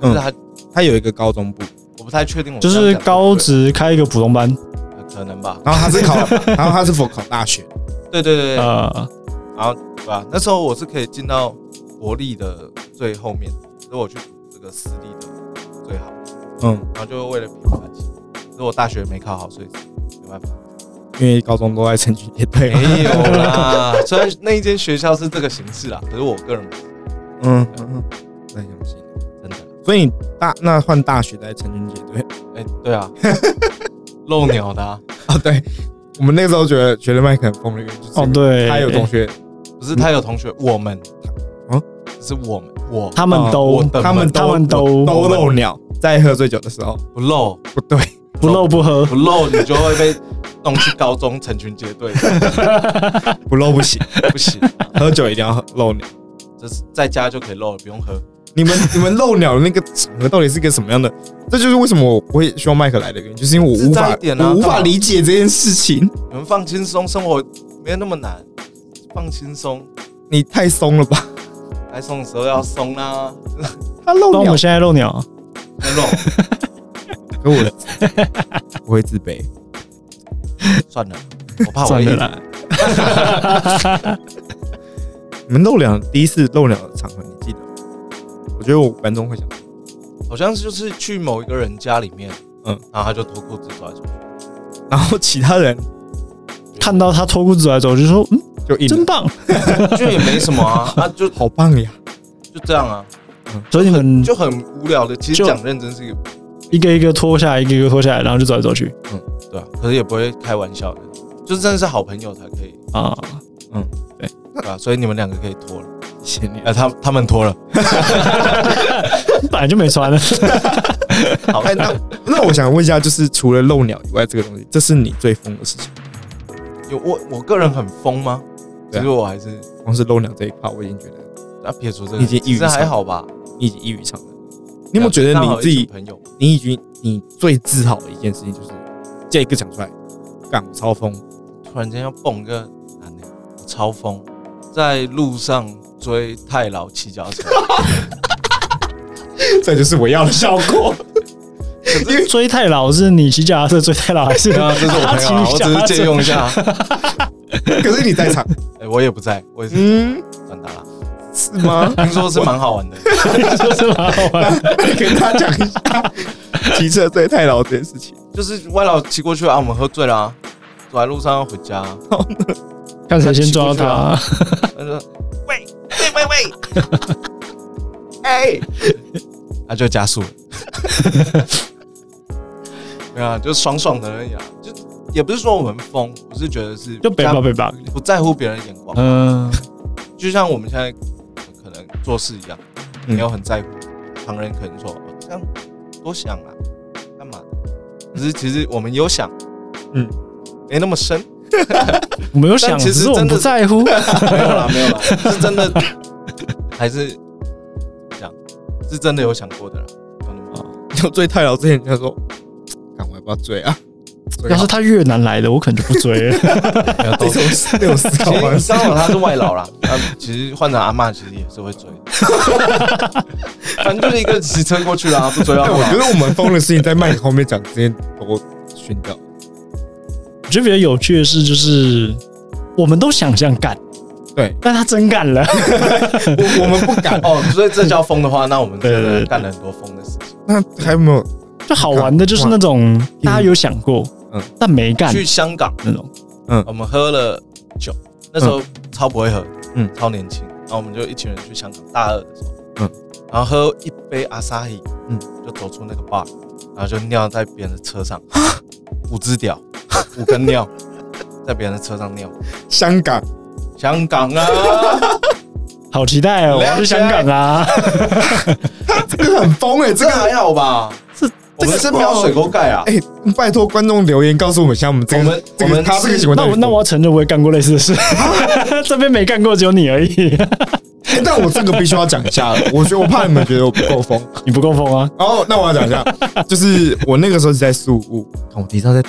S1: 可
S5: 嗯
S1: 是他，
S5: 它有一个高中部，
S1: 我不太确定我
S3: 就
S1: 这样讲
S3: 是
S1: 对不对
S3: 高职开一个普通班，
S1: 呃可能吧。
S5: 然后他是考，然后他是否考大学？
S1: 对对对对，
S3: 呃，
S1: 对吧？那时候我是可以进到国立的最后面，所以我去这个私立的最好，
S5: 嗯，
S1: 然后就为了平凡起。可是我大学没考好，所以没办法。
S5: 因为高中都在成群结队嘛。
S1: 没有 (laughs) 啦，虽然那一间学校是这个形式啦，可是我个人不是
S5: 嗯嗯，嗯那很详细。
S1: 真的。
S5: 所以你大那换大学再成群结队
S1: 哎、对啊，漏鸟的、啊，
S5: 啊？对，我们那时候觉得觉得麦克很疯的原因就是
S3: 哦，对，
S5: 他有同学，
S1: 不是他有同学，我们，嗯，
S5: 嗯
S1: 是我们，我
S3: 他们都
S1: 我的
S5: 他们
S3: 嗯他们
S5: 都都
S3: 都
S5: 漏鸟，在喝醉酒的时候
S1: 不漏
S5: 不对，
S3: 不漏不喝，
S1: 不漏，你就会被弄去高中成群结队， (laughs)
S5: 不漏不行，
S1: 不行，
S5: 喝酒一定要喝漏鸟。 (laughs)
S1: 就是在家就可以漏了，不用喝。
S5: 你们你们漏鸟的那个场合到底是个什么样的？这就是为什么我会希望麦克来的原因，就是因为我无
S1: 自在
S5: 法
S1: 一点啊
S5: 我无法理解这件事
S2: (laughs)
S5: 情。
S1: 你们放轻松，生活没有那么难，放轻松。
S5: 你太松了吧？
S1: 该松的时候要松啦、
S5: 他漏
S3: 那我
S5: 鸟
S3: 们，现在漏鸟，
S1: 那
S5: (laughs)
S1: 漏
S5: 可我我会自卑。
S1: 算了，我怕我
S3: 算
S1: 一
S3: 了啦，
S5: 你们漏鸟第一次漏鸟的场合，你记得吗？我觉得我观众会想，
S1: 好像是就是去某一个人家里面，
S5: 嗯
S1: 嗯，然后他就脱裤子走来走去，
S5: 然后其他人
S3: 看到他脱裤子走来走去，就说嗯，
S5: 就一
S3: 真棒。
S1: 我觉得也没什么
S5: (laughs)
S1: 啊，啊就
S5: 好棒呀！
S1: 就这样啊，
S3: 所以你们
S1: 就很无聊的。其实
S3: 就
S1: 讲认真是一个
S3: 一个一个脱下来，一个一个脱下来，然后就走来走去
S1: 对啊，可是也不会开玩笑的，就是真的是好朋友才可以，
S3: 啊，
S1: 对吧、所以你们两个可以脱了，
S5: 谢谢你
S1: 呃，他他们脱了，
S3: 本来就没
S1: (laughs)
S3: 穿了。
S1: 好，
S5: 哎，那 (laughs) 那我想问一下，就是除了漏鸟以外，这个东西，这是你最疯的事情吗？
S1: 有我我个人很疯吗？其
S5: 对啊
S1: 实我还是
S5: 光是漏鸟这一趴，我已经觉得
S1: 啊，撇除这个，
S5: 你已经抑
S1: 其
S5: 郁
S1: 实还
S5: 上
S1: 好吧。
S5: 你已经异于常人了。你有没有觉得
S1: 刚
S5: 你
S1: 好
S5: 自
S1: 一
S5: 己
S1: 群朋友
S5: 你已经你最自豪的一件事情就是这个讲出来，港超风，
S1: 突然间要蹦一个男的，我超疯，在路上追太老骑脚车，
S5: 这就是我要的效
S3: (laughs)
S5: 果。
S3: 追太老是你骑脚踏车追太老，还是
S1: 对啊，这是我
S3: 他
S1: 朋
S3: 骑
S1: 友啊，我
S3: 脚
S1: 只
S3: 踏
S1: 是借
S3: 车？
S1: 用一
S3: (laughs)
S1: 下。
S5: 可是你在场，
S1: 哎，我也不在，我也是
S5: 嗯，
S1: 转达啦。
S5: 是吗？
S1: 听说是蛮好玩的，
S3: 就是蛮好玩。
S5: (laughs) 跟他讲一下骑车追太老这件事情。
S1: 就是外老骑过去啊，我们喝醉了啊，走在路上要回家啊，
S3: 看谁先抓到
S1: (laughs)
S3: 他，
S1: 他说：“喂喂喂喂， (laughs) 哎，他就加速了。 (laughs) 对啊，就爽爽的而已啊，就也不是说我们疯，我是觉得是
S3: 就北
S1: 这
S3: 吧
S1: 样
S3: 北吧。
S1: 不在乎别人的眼光，
S3: 嗯，
S1: 就像我们现在可能做事一样，没有很在乎旁人可能说哦这样多想啊，干嘛的？可是其实我们有想，
S5: 嗯
S1: 嗯，没那么深，
S3: 我没有想，
S1: 但其实
S3: 只是我
S1: 真
S3: 们
S1: 的啊
S3: 不在乎。
S1: (laughs) 没有啦，没有啦，是真的，还是这样，是真的有想过的啦。没有那么
S5: (laughs) 就追太老之前，他说，看我要不要追啊？追
S3: 要
S5: 好
S3: 是他越南来的，我可能就不
S1: (laughs)
S3: 追了。
S1: 没有
S5: 这
S1: 都
S5: 种那种思 (laughs) 考
S1: 其
S5: 方式，
S1: 实刚好他是外劳啦，啊，其实换成阿嬷其实也是会追，反正就是一个骑车过去啦，不追到
S5: 但
S1: 后
S5: 哎我
S1: 来
S5: 觉得我们疯的事情在麦克后面讲之前都熏掉。
S3: 我觉得比较有趣的是，就是我们都想这样干，
S2: 对，
S3: 但他真干
S1: (laughs)
S3: 了，
S1: 我我们不敢哦，所以这叫疯的话，那我们真
S3: 对对
S1: 的
S3: 对
S1: 干了很多疯的事情。
S5: 那 (laughs) 还有没有？
S3: 就好玩的就是那种大家有想过，
S2: 嗯
S3: 但没干
S1: 去香港，
S3: 那种，
S1: 我们喝了酒，那时候超不会喝，
S2: 嗯
S1: 嗯，超年轻，然后我们就一群人去香港，大二的时候，嗯，
S2: 嗯
S1: 然后喝一杯阿萨伊，
S2: 嗯
S1: 嗯，就走出那个 bar，然后就尿在别人的车上，五只屌， (laughs) 五根尿，在别人的车上尿，
S5: 香港
S1: 香港 (laughs) 啊，
S3: 好期待哦！我要去香港啊，
S5: 这个很疯哎、欸，
S1: 这
S5: 这
S1: 个
S5: 个
S1: 还好吧？
S3: 这
S1: 我们是标水沟盖啊，
S5: 哎、拜托观众留言告诉我们，像我们这个，
S1: 我们
S5: 这
S1: 我
S5: 个
S1: 们
S5: 他这个
S1: 是
S5: 行为
S3: 那
S5: 到底
S3: 我
S5: 是，
S3: 那我要承认我也干过类似的事，
S1: 啊
S3: (laughs) 这边没干过，只有你
S1: (laughs)
S3: 而已，
S5: 哎、但我这个必须要讲一下，我觉得我怕你们觉得我不够疯。
S3: 你不够疯啊！
S5: 哦，那我要讲一下，就是我那个时候是在宿务，看我提到在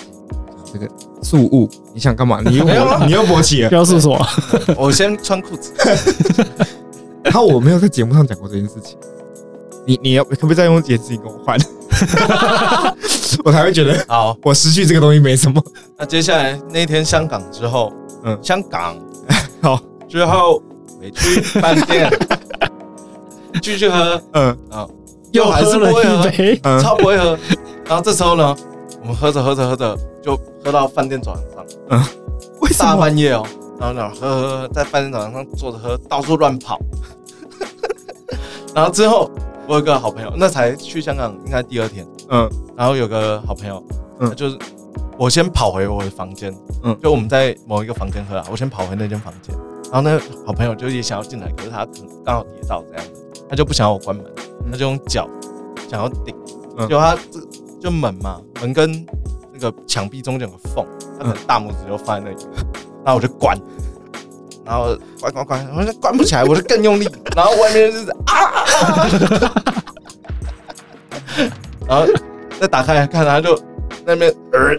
S5: 这个宿务，你想干嘛？你又勃你又勃起了
S3: 不。要诉说，
S1: 我先穿裤子，
S5: 然后我没有在节目上讲过这件事情。你你要可不可以再用这件事情跟我换？ (laughs) 我才会觉得
S1: 好，
S5: 我失去这个东西没什么。
S1: 那接下来那一天香港之后，
S5: 嗯
S1: 嗯，香港
S5: 好
S1: 之后回去饭店继续喝，
S5: 嗯
S1: (laughs) 又还是
S3: 喝
S1: 不会啊
S3: 了
S1: 喝
S3: 一，杯，
S5: 嗯
S1: 超不会喝。然后这时候呢，我们喝着喝着喝着就喝到饭店走廊上，
S5: 为什
S1: 大
S5: 么？
S1: 半夜哦，然后呢喝喝喝，在饭店走廊上坐着喝，到处乱跑。 (laughs) 然后之后我有个好朋友，那才去香港，应该第二天，
S5: 嗯
S1: 然后有个好朋友，
S5: 嗯
S1: 嗯，就是我先跑回我的房间，
S2: 嗯
S1: 嗯，就我们在某一个房间喝啊，我先跑回那间房间，然后那个好朋友就也想要进来，可是他可能刚好跌倒这样子，他就不想要我关门，
S5: 嗯
S1: 他就用脚想要顶，
S2: 嗯
S1: 就他这就门嘛，门跟那个墙壁中间有个缝，他可能大拇指就放在那里，然后我就关。然后关关关，我就关不起来，我就更用力，然后外面就是啊啊啊，然后再打开来看，他就那边呃，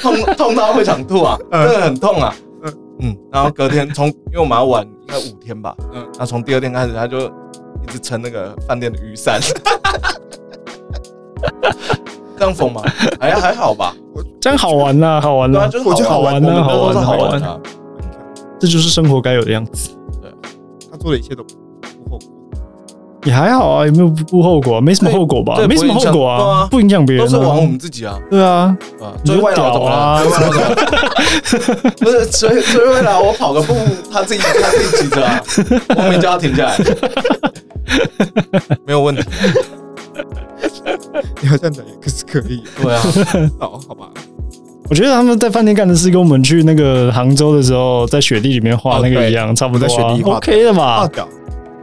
S1: 痛痛到会想吐啊，真的很痛啊。
S5: 嗯
S1: 嗯然后隔天从因为我们要玩应该五天吧，
S2: 嗯
S1: 嗯，那从第二天开始他就一直撑那个饭店的雨伞，这样疯吗？哎呀还好吧，
S3: 这样好玩呐，好玩
S1: 对啊，
S3: 呐，
S1: 就是
S5: 我觉得
S1: 好玩
S3: 好玩啊
S1: 我们都说
S3: 好
S1: 好
S3: 玩
S1: 玩
S3: 好
S1: 啊。
S3: 这就是生活该有的样子。
S5: 他做的一切都不后果。
S3: 也还好啊，也没有不顾后果啊、没什么后果吧，
S1: 对
S3: 没什么后果啊，不
S1: 不
S3: 影响别人、
S1: 都
S3: 啊，
S1: 是玩我们自己啊，
S3: 对啊，
S1: 啊，
S3: 你
S1: 追
S3: 就
S1: 外劳怎么
S3: 屌啊
S1: 了？追外劳怎么了？ (laughs) 不是追追外劳，我跑个步，他自己他自己骑车 (laughs) 啊，我没叫他停 (laughs) 下来，没有问题。
S5: 你要这样讲也可是可以。
S1: 对啊，
S5: 哦，好吧，
S3: 我觉得他们在饭店干的事跟我们去那个杭州的时候，在雪地里面画那
S5: 哦
S3: 个
S5: 对
S3: 一样，差不多、
S5: 我
S3: 啊、
S5: 在雪地画
S3: OK 的
S5: 啊
S3: 吧？
S5: 屌，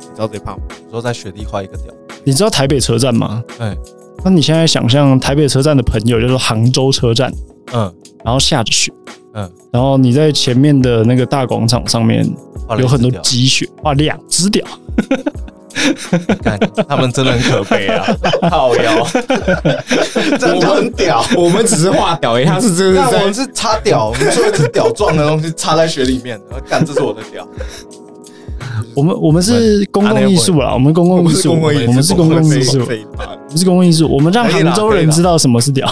S5: 你知道最怕吗？
S1: 你说在雪地画一个屌，
S3: 你知道台北车站吗？
S1: 哎，
S3: 那你现在想象台北车站的朋友叫做杭州车站，
S1: 嗯
S3: 然后下着雪，
S1: 嗯，
S3: 然后你在前面的那个大广场上面
S1: 画了一
S3: 有
S1: 只
S3: 很多
S1: 屌
S3: 积雪，哇，两只屌，
S1: 干他们真的很可悲啊，靠腰， (laughs) 这样就很屌。
S5: 我们只是画屌诶、他是真的
S1: 那我
S5: 是
S1: 们
S5: 在
S1: 是插屌，我们做一只屌状的东西插在雪里面，然后干，这是我的屌。
S3: 我们我们是公共艺术啦，我们公
S5: 我
S3: 共
S5: 们
S3: 艺
S5: 是
S3: 术，
S5: 公共艺术，
S3: 我们是公共艺术，
S5: 这一趴
S3: 我们是公共艺术，我们让
S1: 可以啦
S3: 杭州
S1: 可以
S3: 人
S1: 啦
S3: 知道什么是屌。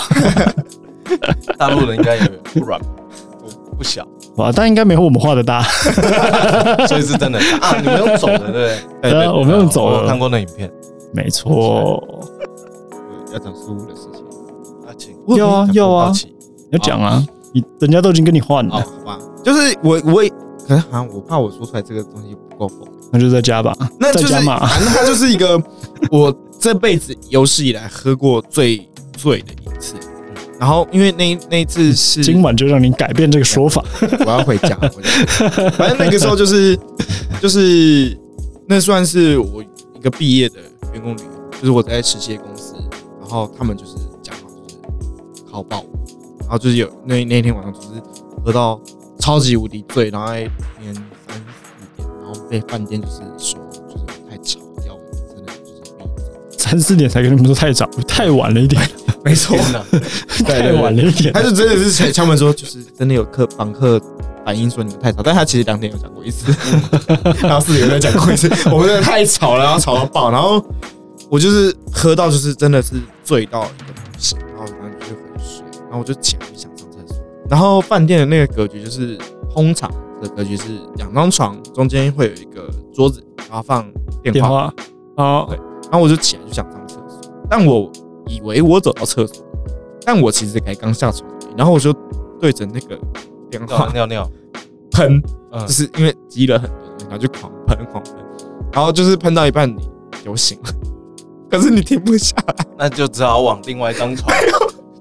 S1: 大陆人应该也不软，不小，
S3: 哇，但应该没有我们画的大。
S1: 所以是真的 (laughs) 啊。你们用走的对不对？
S5: 对
S3: 对啊，我们用走
S1: 我有看
S3: 了，
S1: 过那影片。
S3: 没错。
S5: 要讲失误的事情。
S1: 啊，请
S3: 有啊
S1: 讲
S3: 有啊
S1: 好奇
S3: 要讲啊，你人家都已经跟你换
S5: 哦，
S3: 了，
S5: 好吧，就是我我也可能好像我怕我说出来这个东西不够疯。
S3: 那就在家吧，
S5: 那
S3: 在
S5: 就是
S3: 家嘛。
S5: 反正它就是一个我这辈子有史以来喝过最醉的一次。然后因为那那一次是
S3: 今晚就让你改变这个说法。
S5: 我要回家，我 (laughs) 就反正那个时候就是就是那算是我一个毕业的员工旅游，就是我在实习的公司，然后他们就是讲好就是考爆我，然后就是有那那一天晚上就是喝到超级无敌醉，然后还连三四点，然后被饭店就是说就是我太吵，要我们真的就是闭嘴。
S3: 三四点才跟你们说太早，太晚了一点，
S5: 没错，
S1: 天哪，
S5: 对
S3: 太晚了一
S5: (laughs)
S3: 点
S5: 他。就真的是敲敲门说，就是真的有客访客反映说你们太吵，但他其实两点有讲过一次，
S2: 嗯
S5: (laughs) 然后四点有再讲过一
S2: (laughs)
S5: 次，我们真的太吵了，然后吵到爆，然后我就是喝到就是真的是醉到一个不行，然后反正就去回睡，然后我就起来就想上厕所，然后饭店的那个格局就是通常
S2: 的格局是两张床，中间会有一个桌子，然后放电
S3: 电
S2: 话。
S3: 话，哦好，
S2: 然后我就起来就想上厕所，但我以为我走到厕所，但我其实才刚下床而已，然后我就对着那个电
S1: (laughs)
S2: 话
S1: 尿尿，
S2: 喷，
S1: 啊嗯
S2: 就是因为积了很多东西，然后就狂喷狂喷，然后就是喷到一半你酒醒了， (laughs) 可是你停不下来。
S1: 那就只好往另外一张床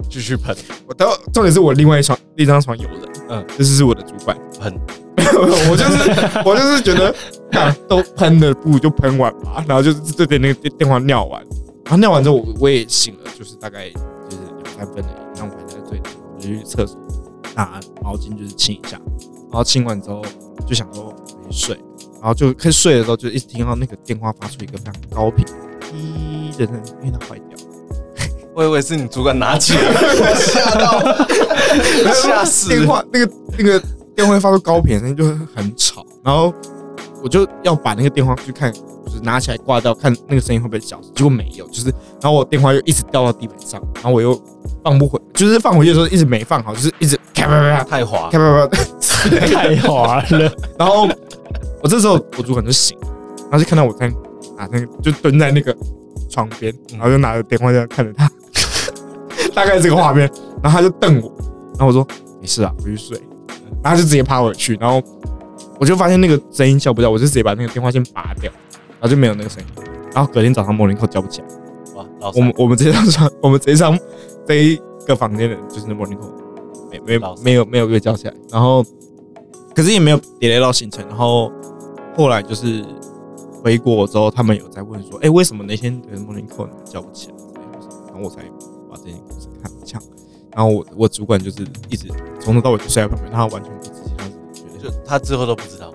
S1: 继续喷
S2: 我到重点是我另外一床另一张床有人，
S1: 嗯
S2: 嗯，这是我的主管，
S1: 喷。
S2: (laughs) 我就是我就是觉得，干都喷了，不如就喷完吧。然后就是对着那个电电话尿完，然后尿完之后我我也醒了，就是大概就是两三分的，然后我还在醉，我就去厕所拿毛巾就是清一下，然后清完之后就想说回去睡，然后就开始睡的时候就一直听到那个电话发出一个非常高频，咦的那个，因为它坏掉了。
S1: 我以为是你主管拿起来， (laughs) 我吓到，吓死
S2: 电
S1: 人！
S2: 话那个那个电话会发出高频的声音，就是很吵。然后我就要把那个电话去看，就是拿起来挂掉，看那个声音会不会小。结果没有，就是然后我电话又一直掉到地板上，然后我又放不回，就是放回去的时候一直没放好，就是一直咔啪啪
S1: 太滑
S2: 啪，咔啪啪之类的
S3: 太滑了，
S2: 然后我这时候我主管就醒了，然后就看到我在拿那个，就蹲在那个床边，然后就拿着电话在看着他， (laughs) 大概这个画面。然后他就瞪我，然后我说没事啊，回去睡。然后他就直接趴回去，然后我就发现那个声音叫不掉，我就直接把那个电话线拔掉，然后就没有那个声音。然后隔天早上莫林扣叫不起来，
S1: 哇，老
S2: 我
S1: 三
S2: 们我们这张床，我们这张这一个房间的就是莫林扣，没没
S1: 老三
S2: 没有没有被叫起来，然后可是也没有 delay 到行程，然后后来就是回国之后，他们有在问说，哎、为什么那天的莫林扣叫不起来？然后我才把这件事看一下，然后我我主管就是一直从头到尾就睡在旁边，他完全不知情，他只觉得
S1: 就他之后都不知道，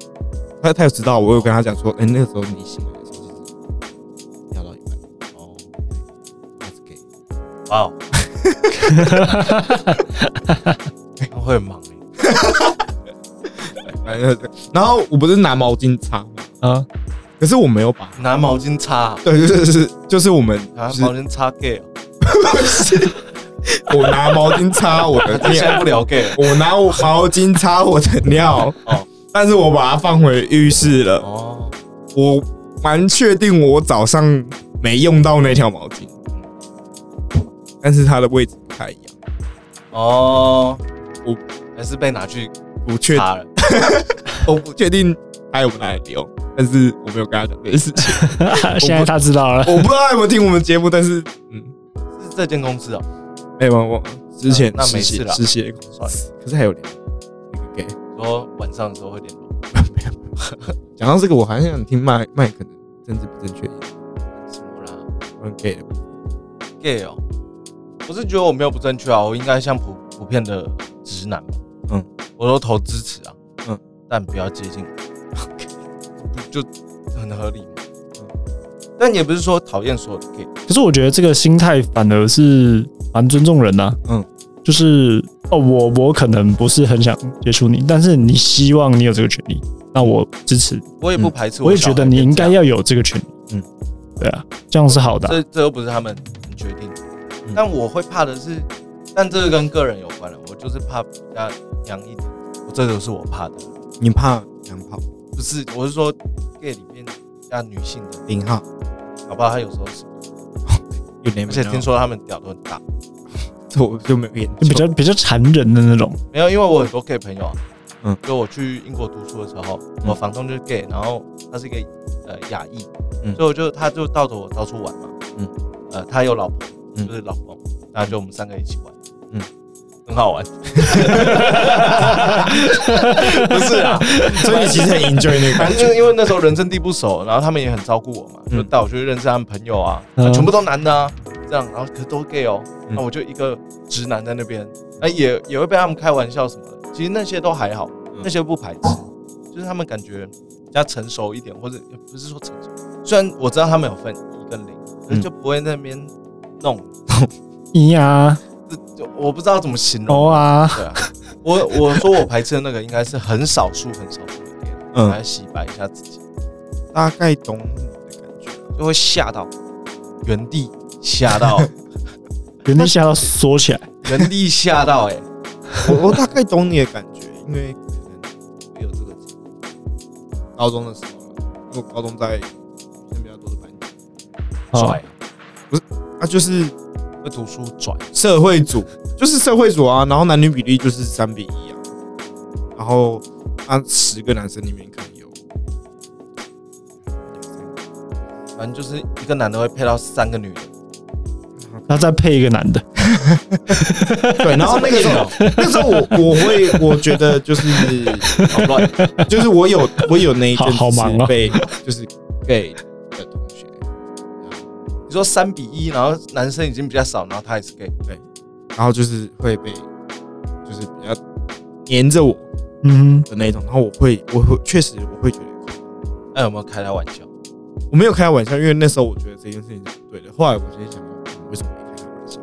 S2: 他他有知道，我有跟他讲说，哎、那个时候你醒来的时候就是尿到一半，
S1: 哦，
S2: 他是 gay。
S1: 哇哦，他会很忙欸
S2: 反正哎然后我不是拿毛巾擦吗？
S3: 啊，
S2: 可是我没有把，
S1: 拿毛巾擦，
S2: 对，就是就是就是我们
S1: 拿
S2: 就是
S1: 毛巾擦 gay，哦
S2: 我拿毛巾擦我的
S1: 他 (laughs) 现 (laughs) 在
S2: 尿
S1: 不，聊 gay 了
S2: 我拿我毛巾擦我的尿，
S1: 哦
S2: 哦，但是我把它放回浴室了，
S1: 哦，
S2: 我蛮确定我早上没用到那条毛巾，但是它的位置不太一样，
S1: 哦，
S2: 我
S1: 还是被拿去
S2: 不确
S1: 擦 (laughs) 了，
S2: 我不确定还有没有拿来丢，但是我没有跟他讲这件事情，
S3: 现在他知道了，
S2: 我不知道他有没有听我们节目，但是嗯，
S1: 是这间公司哦，
S2: 没有我之前
S1: 那那没
S2: 实习
S1: 事啦
S2: 实习的公
S1: 算了
S2: 司，可是还有联络那个 gay。
S1: 说晚上的时候会联络，
S2: 讲到这个，我好像想听麦麦可能政治不正确一点，
S1: 什么啦
S2: 我很 gay 的。
S1: gay 哦，我是觉得我没有不正确啊，我应该像普普遍的直男吧，
S2: 嗯，
S1: 我都投支持啊，嗯
S2: 嗯，
S1: 但不要接
S3: (laughs)
S1: 近我，就很合理嘛，嗯，但也不是说讨厌所有的 gay，
S3: 可是我觉得这个心态反而是蛮尊重人呐、啊
S2: 嗯，
S3: 就是哦，我我可能不是很想接触你，但是你希望你有这个权利，那我支持，
S1: 我也不排斥
S3: 嗯我也
S1: 小孩
S3: 觉得你应该
S1: 变
S3: 要有这个权利。
S2: 嗯，
S3: 对啊，这样是好的啊、
S1: 这样，这这又不是他们能决定的，
S2: 嗯
S1: 但我会怕的是，但这个跟个人有关了，我就是怕比较娘一点，我这就是我怕的，
S2: 你怕娘炮
S1: 不是，我是说 gay 里面加女性的，
S2: 零号
S1: 搞不好他有时候是，
S2: 有 name？
S1: 而且听说他们屌都很大。
S2: 这我就没有研
S3: 就比 (laughs)
S2: 究。
S3: 较比较残忍的那种，
S1: 没有，因为我很多 gay 朋友啊，嗯
S2: 嗯，
S1: 就我去英国读书的时候，我房东就是 gay，然后他是一个呃亚裔，
S2: 嗯
S1: 所以我就他就抱着我到处玩嘛，嗯
S2: 嗯，
S1: 呃，他有老婆，
S2: 嗯
S1: 就是老公，那就我们三个一起玩，嗯
S2: 嗯，
S1: 很好
S2: (laughs)
S1: 玩，不是啊，
S2: 所以你其实很 enjoy 那个
S1: (laughs)
S3: (laughs)
S1: 反
S2: 感
S1: 正就
S2: 觉
S1: 是因为那时候人生地不熟，然后他们也很照顾我嘛，
S2: 嗯
S1: 就带我去认识他们朋友啊，
S3: 嗯
S1: 啊全部都男的啊，这样，然后可都 gay 哦，
S2: 嗯
S1: 那我就一个直男在那边，那也也会被他们开玩笑什么的，其实那些都还好，那些不排斥，就是他们感觉比较成熟一点，或者也不是说成熟，虽然我知道他们有分一跟零，可是就不会在那边弄，
S3: 咿呀
S1: 这就我不知道怎么形容
S3: 哦，啊，
S1: 对啊，我我说我排斥的那个应该是很少数很少数的 gay，
S2: 嗯
S1: 来洗白一下自己。
S2: 大概懂你的感觉。
S1: 就会吓到，原地吓到，
S3: 原地吓到缩起来，
S1: 原地吓到、欸，哎，
S2: 我我大概懂你的感觉，因为可能我有这个
S5: 高中的时候啦，因为我高中在女生比较多的班级，
S1: 哦
S3: 好，
S5: 啊，就是
S4: 会读书拽，
S5: 社会组，就是社会组啊，然后男女比例就是三比一啊，然后啊，十个男生里面可能有两三个
S1: 反正就是一个男的会配到三个女的，
S3: 那再配一个男的，
S5: (laughs) 对，然后那个时候，那时候我我会我觉得就是
S1: 好乱。
S5: 就是我有我有那一阵
S3: 好好
S5: 子
S3: 忙哦
S5: 是被就是 gay 的同学，
S1: 你说三比一，然后男生已经比较少，然后他也是 gay，
S5: 然后就是会被就是比较黏着我
S3: 嗯，
S5: 的那一种，然后我会我会确实我会觉得
S1: 那有没有开他玩笑？
S5: 我没有开玩笑，因为那时候我觉得这件事情是不对的。后来我就想，嗯为什么没开玩笑？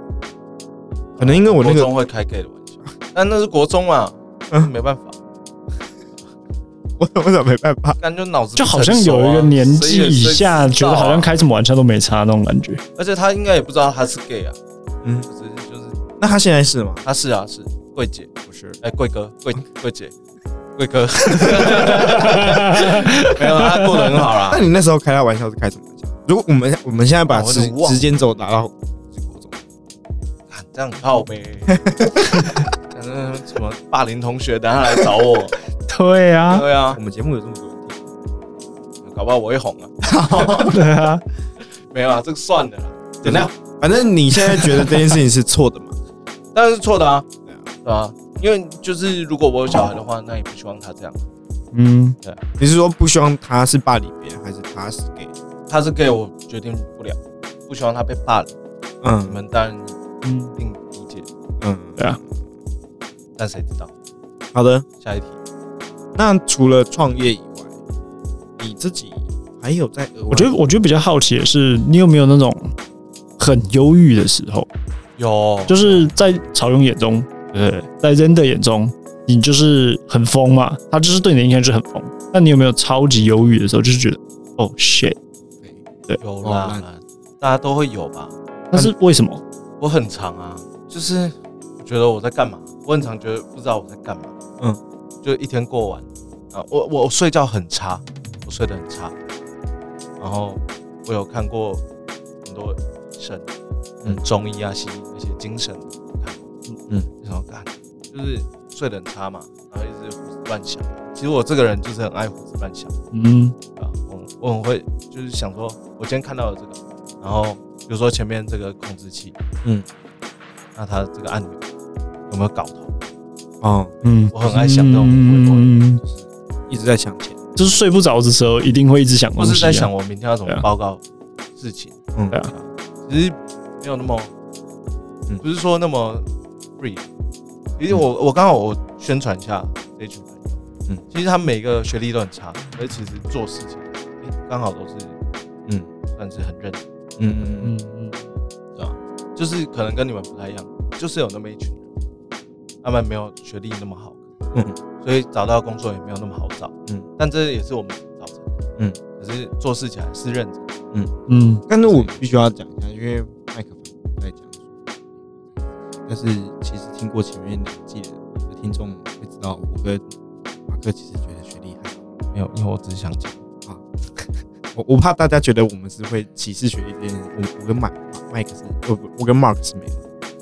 S5: 可能因为我那
S1: 国
S5: 个嗯
S1: 中会开 gay 的玩笑，但那是国中嘛，没办法，
S5: 我我怎么没办法？
S1: 感觉脑子
S3: 就
S1: 不
S3: 好像
S1: 成熟啊
S3: 有一个年纪以
S1: 谁
S3: 下，
S1: 也谁知
S3: 觉
S1: 道啊
S3: 得好像开什么玩笑都没差那种感觉。 (laughs)
S1: 而且他应该也不知道他是 gay 啊，嗯，
S5: 嗯
S1: 只是就是
S5: 那他现在是吗？
S1: 他是啊是贵姐，
S5: 不是，
S1: 哎贵哥贵贵姐，贵
S5: (laughs)
S1: 哥，没有他过得很好
S5: 那
S1: 啦，
S5: 你那时候开他玩笑是开什么玩笑？如果我们我们现在把
S1: 我
S5: 时
S1: 有点忘了
S5: 时间轴打到国中，
S1: 啊这样很靠 (laughs) 呗。反正什么霸凌同学，等下来找我。(laughs)
S3: 对啊，
S1: 对啊
S5: 我，们节目有这么多人听，
S1: 搞不好我会红啊。
S3: 对啊，
S1: 没有啊，这个算了啦，
S5: 怎样？反正你现在觉得这件事情是错的嘛？ (laughs)
S1: 当然是错的啊，对啊，因为就是如果我有小孩的话，那也不希望他这样。
S3: 嗯，
S5: 你是说不希望他是霸凌别人，还是他是 gay？
S1: 他是 gay，我决定不了，不希望他被霸凌。你
S5: 嗯
S1: 们当然
S3: 嗯
S1: 一定理解，
S5: 嗯，
S3: 对啊
S1: 但谁知道？
S5: 好的。
S1: 下一题，
S5: 那除了创业以外，你自己还有在额外？
S3: 我觉得我觉得比较好奇的是，你有没有那种很忧郁的时候？
S1: 有
S3: 就是在曹勇眼中，呃，在 Zender 眼中，你就是很疯嘛，他就是对你的印象就是很疯。那你有没有超级忧郁的时候，就是觉得哦 shit，
S1: 有
S5: 哦
S1: 啦，大家都会有吧？
S3: 那是为什么？
S1: 我很常啊，就是我觉得我在干嘛，我很常觉得不知道我在干嘛，嗯
S5: 嗯，
S1: 就一天过完啊，我我睡觉很差，我睡得很差，然后我有看过很多医生，嗯，中医啊、西医那些精神的我看过，嗯
S5: 嗯，
S1: 然后看就是睡得很差嘛，然后一直胡思乱想。其实我这个人就是很爱胡思乱想。
S3: 嗯，
S1: 啊，我我很会就是想说，我今天看到了这个，然后比如说前面这个控制器，
S5: 嗯，
S1: 那它这个按钮有没有搞头？
S5: 哦，
S3: 嗯，
S1: 我很爱想这种微博，
S3: 嗯，
S5: 就是一直在想钱。
S3: 就是睡不着的时候，一定会一直想
S1: 或
S3: 东西、啊，
S1: 是在想我明天要怎
S3: 对
S1: 么
S3: 啊
S1: 报告事情，
S5: 嗯
S3: 对啊
S1: 啊，只是没有那么，
S5: 嗯
S1: 不是说那么 free。其实我我刚好我宣传一下这群朋友，嗯
S5: 嗯，
S1: 其实他们每个学历都很差，而其实做事情诶刚好都是，嗯
S5: 嗯，
S1: 算是很认真。
S5: 嗯嗯嗯，
S3: 嗯嗯，
S1: 就是可能跟你们不太一样，就是有那么一群人，他们没有学历那么好，嗯
S5: 嗯，
S1: 所以找到工作也没有那么好找，嗯
S5: 嗯，
S1: 但这也是我们造成的，嗯
S5: 嗯，
S1: 可是做事起来是认真的，
S3: 嗯，
S5: 但是我必须要讲一下，因为麦克风在讲说，但是其实听过前面两季的听众会知道，我跟马克其实觉得学历还好。
S1: 没有，因为我只是想讲，
S5: 我我怕大家觉得我们是会歧视学历这件事，我我跟麦麦克是，我我跟 Mark 是没有。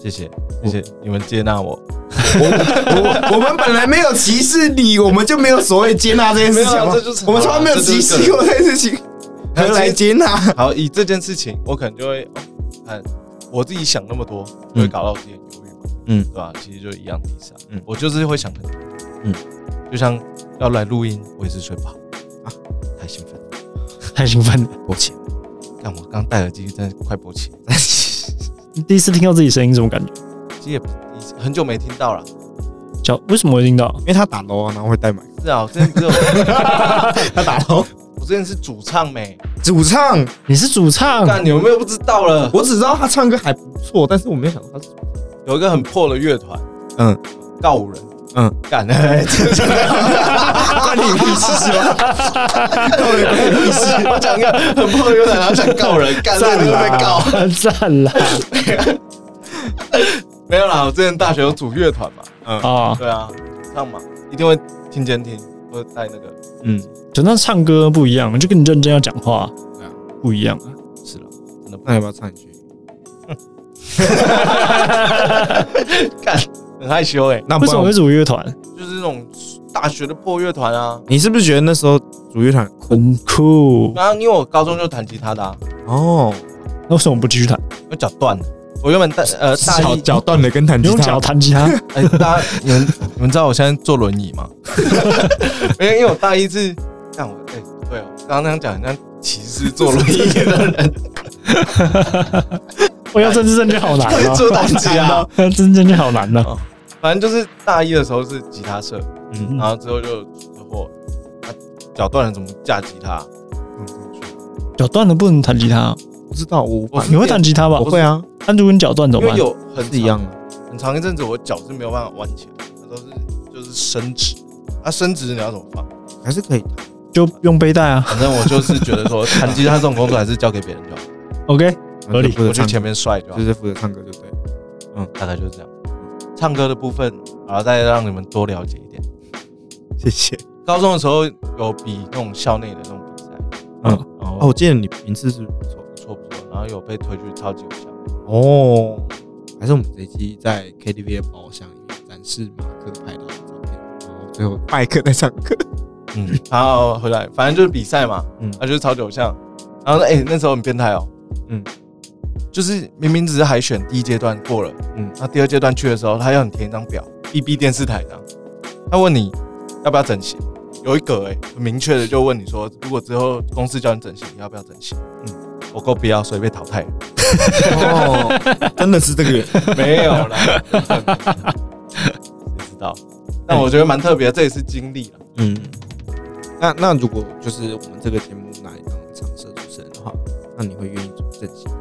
S1: 谢谢，谢谢你们接纳我，
S5: (laughs) 我我们本来没有歧视你，我们就没有所谓接纳这件事情。好
S2: 啊
S5: 不好
S1: 啊就是
S5: 我们从来没有歧视过这件事情，何来接纳？
S1: 好，以这件事情，我可能就会，哦看我自己想那么多，就会搞到我自己很忧郁嘛，嗯
S5: 嗯，
S1: 对吧？其实就一样的意思啊，嗯
S5: 嗯，
S1: 我就是会想很多，嗯
S5: 嗯，
S1: 就像要来录音，我也是睡不好啊
S5: 啊，
S1: 太兴奋了，
S3: 太兴奋了。
S5: 抱歉，
S1: 但我刚戴耳机真的快勃起，
S3: 你第一次听到自己声音，什么感觉？
S1: (laughs) 其实也不以前很久没听到了，
S3: 叫为什么会听到？
S5: 因为他打楼啊，然后会带麦，
S1: 是啊，我之前
S5: (laughs)
S1: 只有
S5: 他打楼
S1: 我之前是主唱没，
S5: 主唱，
S3: 你是主
S5: 嗯
S3: 唱，啊
S1: 但你有没有不知道了？
S5: 我只知道他唱歌还不错，但是我没有想到他是
S1: 有一个很破的乐团，嗯
S5: 嗯，
S1: 告五人，嗯
S5: 嗯，
S1: 干， (laughs) 哎
S5: 关你 (laughs) 屁事吗？
S1: 我讲一个很破的乐团，然后想告人，干，这
S3: 赞
S1: 个就被告。
S3: 啦， (laughs) 赞啦
S1: 没有啦，我之前大学有组乐团嘛，
S3: 啊！
S1: 对啊，唱嘛，一定会听监听或者带那个，
S5: 嗯，
S3: 对，那唱歌不一样，就跟你认真要讲话
S5: 对啊，
S3: 不一样啊。
S1: 是了，
S5: 那要不要唱一句？
S1: 很害羞哎、
S5: 那不
S3: 为什
S5: 然
S3: 么
S5: 我
S3: 会
S5: 们
S3: 组乐团？
S1: 就是那种大学的破乐团啊。
S5: 你是不是觉得那时候主乐团
S3: 很酷，
S1: 然后因为我高中就弹吉他的、啊，
S5: 哦，
S3: 那为什么不继续弹？
S1: 我脚断了。我原本大呃大
S2: 脚
S1: 一
S2: 脚断了跟弹
S3: 你
S2: 吉
S5: (laughs)
S3: 用
S2: 他
S3: 脚，弹吉他，
S1: 哎、大家你们你们知道我现在坐轮椅吗？没有，因为我大一是这样，我哎、对哦，刚刚那样讲，很像歧视坐轮椅的人，
S3: 我要政治正确好难啊！
S1: 坐单机啊。
S3: 政治正确好难呢、
S1: 反正就是大一的时候是吉他社，
S3: 嗯
S1: 然，后之后就车祸，啊脚断了怎么架吉他？
S3: 脚断了不能弹吉他，
S5: 不知道我
S1: 我是
S3: 你会弹吉他吧
S5: 我？会啊，
S3: 但如果你脚断怎
S1: 因
S3: 么
S1: 为
S3: 办？
S1: 有很
S5: 是一样的。
S1: 长很长一阵子我脚是没有办法弯起来，它都是就是伸直，啊伸直你要怎么放？
S5: 还是可以的。
S3: 就用背带啊。
S1: 反正我就是觉得说弹吉他这种工作还是交给别人就好，
S3: OK，合理
S5: 负责
S1: 我去
S5: 唱
S1: 前面帅就好
S5: 就，是负责唱歌就对了。
S1: 大概就是这样。唱歌的部分，然后再让你们多了解一点。
S2: 谢谢。
S1: 高中的时候有比那种校内的那种比赛，
S5: 嗯，
S1: 然
S5: 哦，
S1: 后
S5: 我记得你名次是不错
S1: 不错不错，然后有被推去超级偶像。
S5: 哦，还是我们这一期在 KTV 的包厢里面展示马克拍到的照片，然后最后
S2: 麦克在唱歌，
S1: 嗯，然后回来，反正就是比赛嘛，嗯
S5: 嗯，
S1: 那、就是超九项。然后哎、欸那时候很变态哦，嗯
S5: 嗯，
S1: 就是明明只是海选第一阶段过了，嗯
S5: 嗯，
S1: 那第二阶段去的时候，他要你填一张表，BB 电视台这样，他问你要不要整形，有一格哎、欸很明确的就问你说，如果之后公司叫你整形，你要不要整形？嗯，我够不要，所以被淘汰了，
S2: 哦，真的是这个人，
S1: 没有啦，谁知道？但我觉得蛮特别的，这也是经历了。
S5: 嗯，那那如果就是我们这个节目拿你当常设主持人的话，那你会愿意做正经？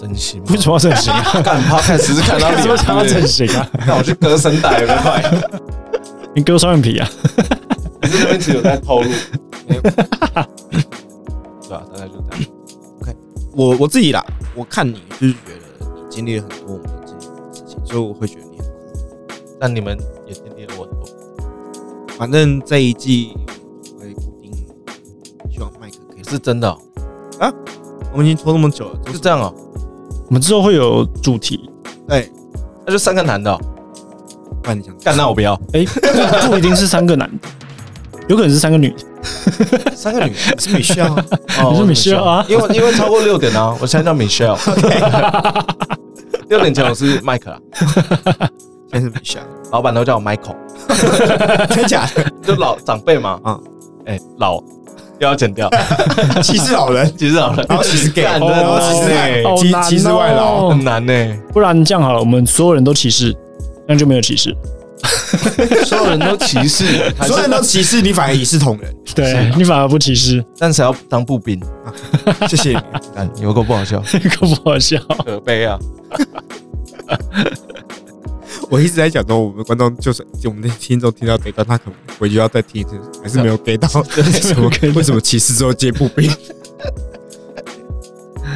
S1: 真心吗？
S3: 为什么要整
S1: (laughs)
S3: 形啊？
S1: 干 podcast 是 (laughs)
S3: (laughs)
S1: 看到
S3: 为
S1: 你
S3: 什么想要整形啊？
S1: 那 (laughs) 我去割声带了，快！ (laughs)
S3: 你割双眼皮啊？
S1: 可是那边只有在透露，对啊，大概就这样。
S5: (laughs) 我我自己啦，我看你就是觉得你经历了很多我没有经历过的事情，所以我会觉得你很酷。
S1: (coughs) 但你们也经历了我很多，
S5: 反正这一季我会固定，希望麦克可以。
S1: 是真的、哦，
S5: 我们已经拖那么久了，就是 (laughs) 是
S1: 这样哦。
S3: 我们之后会有主题，
S5: 对，
S1: 那就三个男的、哦，
S5: 不然你想 (laughs)
S1: 干那我不要，
S3: 哎、不不一定是三个男 (laughs) 的，有可能是三个女的。
S1: (laughs) 三个女的，
S5: 是米笑，
S1: (laughs) 哦
S3: 你是 Michelle 啊？
S1: 因为因为超过六点啊，我现在叫 (laughs) Michelle。六 (laughs) 点前我是 Mike 啦，
S5: 现在是米 (laughs) 笑，
S1: 老板都叫我 (laughs) Michael，
S5: 真假的？
S1: 就老长辈嘛。
S5: 嗯
S1: 嗯，哎、老又要剪 (laughs) 掉，
S2: 歧视老
S1: (laughs)
S2: 人，
S1: 其实老了，
S2: 然后歧视
S5: (laughs)
S2: gay，
S1: 干
S3: 哦
S2: 然
S1: 真的很
S2: 后歧
S1: 难欸
S3: 好难
S2: 视外歧歧视外劳，
S3: 哦
S1: 很难呢、
S3: 不然这样好了，我们所有人都歧视，那就没有歧视。
S1: 所有人都歧视，还是
S2: 所有人都歧视你，反而一视同仁。
S3: 对你反而不歧 (laughs) 视，
S1: 但谁要当步兵？
S5: (laughs)
S2: 谢谢你，
S1: 干，有够不好笑，
S3: 这个不好笑。
S1: 可悲 (laughs) 啊！
S2: 我一直在讲说，我们观众就是我们的听众听到这一段，他可能回去要再听一次，还是没有给 (laughs) 到什么
S3: 没有 get 到
S2: 为什么歧视之后接步兵？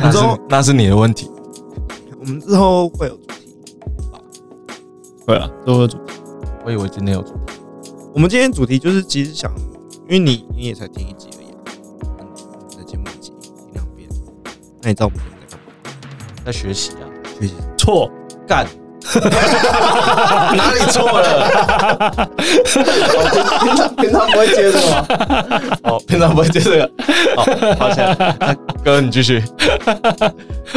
S1: 那是那是你的问题。
S5: 我们之后会有主题。
S3: 对啊，都主
S1: 我以为今天有主
S5: 我们今天主题就是其实想，因为你你也才听一集而已啊，嗯，我们的节目一集听两遍，那你知道我们节目在干嘛？
S1: 在学习啊，
S5: 学习
S3: 错，
S1: 干， (laughs) 哪里错了？哦平常平常不会接这个吗？哦，平常不会接这个。哦，抱歉，那哥你继续。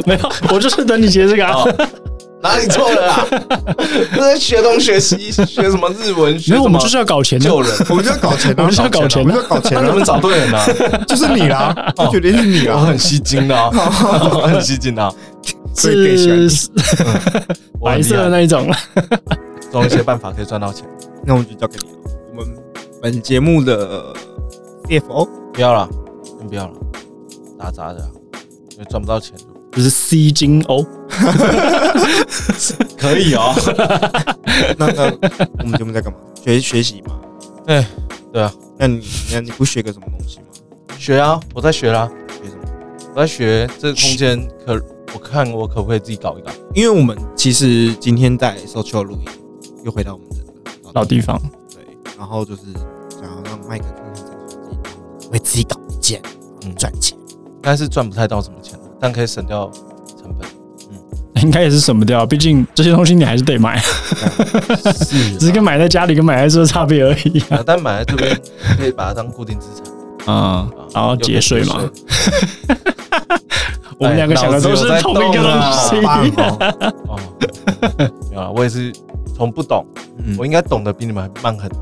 S3: 没有，我就是等你接这个、啊。
S1: 哦，哪里错了啊？这在学东学西，学什么日文？学
S3: 没
S1: 什
S3: 有，我
S1: 么
S3: 们就是要搞钱的。
S1: 救 (laughs) 人？
S2: 我们就要搞钱啊，
S3: 我们就要搞钱啊
S2: 我们就要搞钱
S1: 那你
S2: 啊，
S1: 们找对人了， (laughs)
S2: 就是你啦，就绝对是你
S1: 我
S2: 啦。
S1: 很吸睛 (laughs) 的啊，我很吸睛的啊，
S2: 所以更喜欢你
S3: 是
S1: 我很
S3: 白
S1: 厉
S3: 色的
S1: 害，
S3: 那一种。
S1: 总有一些办法可以赚到钱。
S5: 那我们就交给你了。我们本节目的呃 CFO
S1: 不要了，先不要了，打杂的啊，因为赚不到钱就
S3: 就是 C 哦金 O，
S1: 可以哦。
S5: 那
S1: (laughs)
S5: 个，我们节目在干嘛？学学习嘛。
S1: 哎，对啊。
S5: 那你那你不学个什么东西吗？
S1: (laughs) 学啊，我在学啦，
S5: 学什么？
S1: 我在学这个空间可，我看我可不可以自己搞一搞。
S5: 因为我们其实今天在 social 录音，又回到我们的
S3: 老地方。
S5: 对，然后就是想要让麦克看看这个手机，然后我们会自己搞一件
S1: 嗯
S5: 赚
S1: (laughs)
S5: 钱。
S1: 应该是赚不太到什么钱的，但可以省掉成本。
S3: 应该也是省不掉，啊毕竟这些东西你还是啊得买，
S5: 啊
S1: (laughs) 是
S3: 只是跟买在家里跟买在这的差别而已啊。
S1: 啊，但买在这边可以把它当固定资 (laughs) 产
S2: 啊，
S1: 啊，
S3: 然后节税嘛
S1: 又可以
S3: (laughs) 我们两个想的都是同一个
S1: 哎
S3: 东西。
S5: 哦，
S1: 哦， (laughs) 没有啊，我也是从不懂，
S5: 嗯
S1: 我应该懂得比你们还慢很多。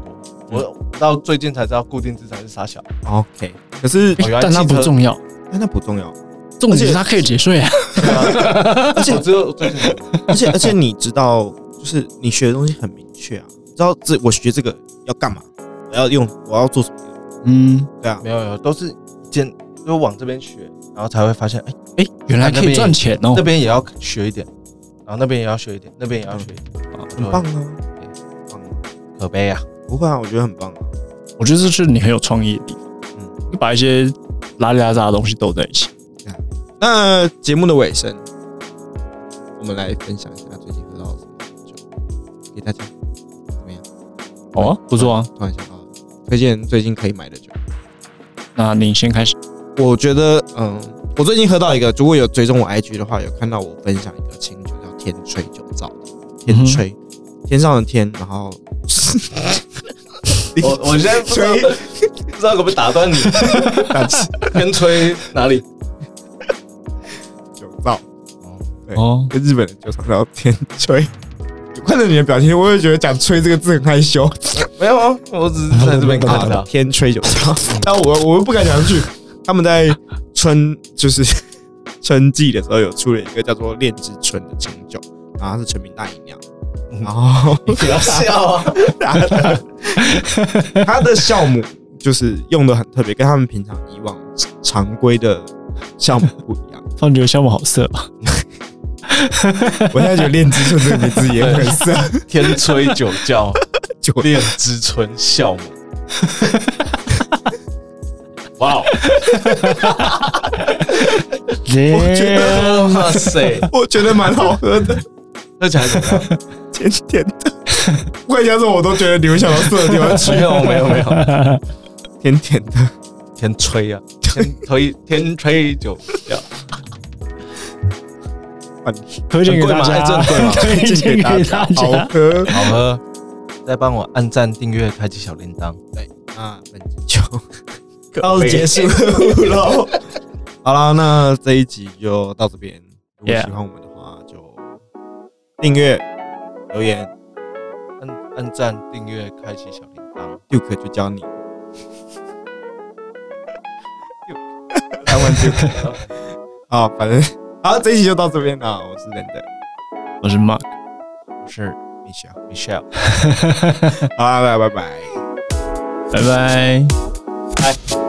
S1: 我到最近才知道固定资产是 (laughs) 啥小，
S5: ，OK。可是
S1: 哦原来
S3: 但它
S1: 汽
S3: 不
S1: 车
S3: 重要，
S5: 哎那不重 (laughs) 要，
S3: 重点是它可以节税啊。
S1: 而啊且我只有最近才
S5: 而且而且你知道，就是你学的东西很明确啊，知道这我学这个要干嘛，我要用我要做什么，
S2: 嗯，
S5: 对啊，
S1: 没有，有都是先就往这边学，然后才会发现，哎、
S3: 哎，原来可以赚钱哦
S1: 这。边也要学一点，然后那边也要学一点，那边也要学一点，
S5: 很棒啊，很棒啊，
S1: 哦可悲啊！
S5: 不会啊，我觉得很棒啊。
S3: 我觉得这是你很有创意的地方，嗯，你把一些拉里拉杂的东西斗在一起。
S5: 那节目的尾声，我们来分享一下最近喝到了什么酒，给大家
S3: 哦、啊，不错啊。
S5: 突然想到推荐最近可以买的酒。
S3: 那你先开始。
S5: 我觉得，嗯，我最近喝到一个，如果有追踪我 IG 的话，有看到我分享一个清酒叫天吹酒造的，天吹、天上的天，然后
S1: 我我现在不知道 (laughs) 不知道怎么打断你，跟吹哪里？
S5: 酒造
S2: 哦，
S5: 跟日本的酒厂叫天吹。看着你的表情，我也觉得讲“吹”这个字很害羞。
S1: 没有啊，我只是在这 (laughs) 边看的。
S5: 天吹酒造，啊 (laughs) 但我我又不敢讲去。他们在春就是春季的时候有出了一个叫做“恋之春”的清酒，然后它是陈明大饮料，然后
S1: 不要笑啊！
S5: 他的他的酵母就是用的很特别，跟他们平常以往常规的酵母不 (laughs) 一样。
S3: 放觉得项目好色啊，
S5: 我现在觉得“恋之春”这个名字也 (laughs) 很色，
S1: 天吹酒窖，
S5: 酒
S1: 恋之春笑母。哇哦！
S3: (laughs) 我
S5: 觉
S1: 哇塞，
S5: 我觉得蛮好 (laughs) 喝的，
S1: 喝起来怎么样？
S5: 甜甜 (laughs) 的。我跟你讲说，我都觉得你会想到色的地方去，
S1: 没有没有没有，
S5: (laughs) 甜甜的。
S1: 天吹啊，天吹天吹酒窖，
S3: 推荐给大家，
S5: 啊
S1: 很贵吗哎
S3: (laughs) 推荐给大家。
S5: 好喝
S1: 好喝。再帮我按赞、订阅、开启小铃铛。
S5: 啊！本集就 (laughs) 到此结束喽。好啦，那这一集就到这边。如果
S3: Yeah
S5: 喜欢我们的话，就订阅、留言
S1: 按按赞、订阅、开启小铃铛。
S5: ，Duke 就 (laughs) 教你。
S1: 台湾就
S5: 啊，反正 (laughs) 好，这一集就到这边了。我是人的
S3: 我是 Mark，
S1: 是
S5: 米小，
S1: Michelle，
S5: (laughs) 好啦，拜拜拜。
S3: 拜拜。
S1: 拜。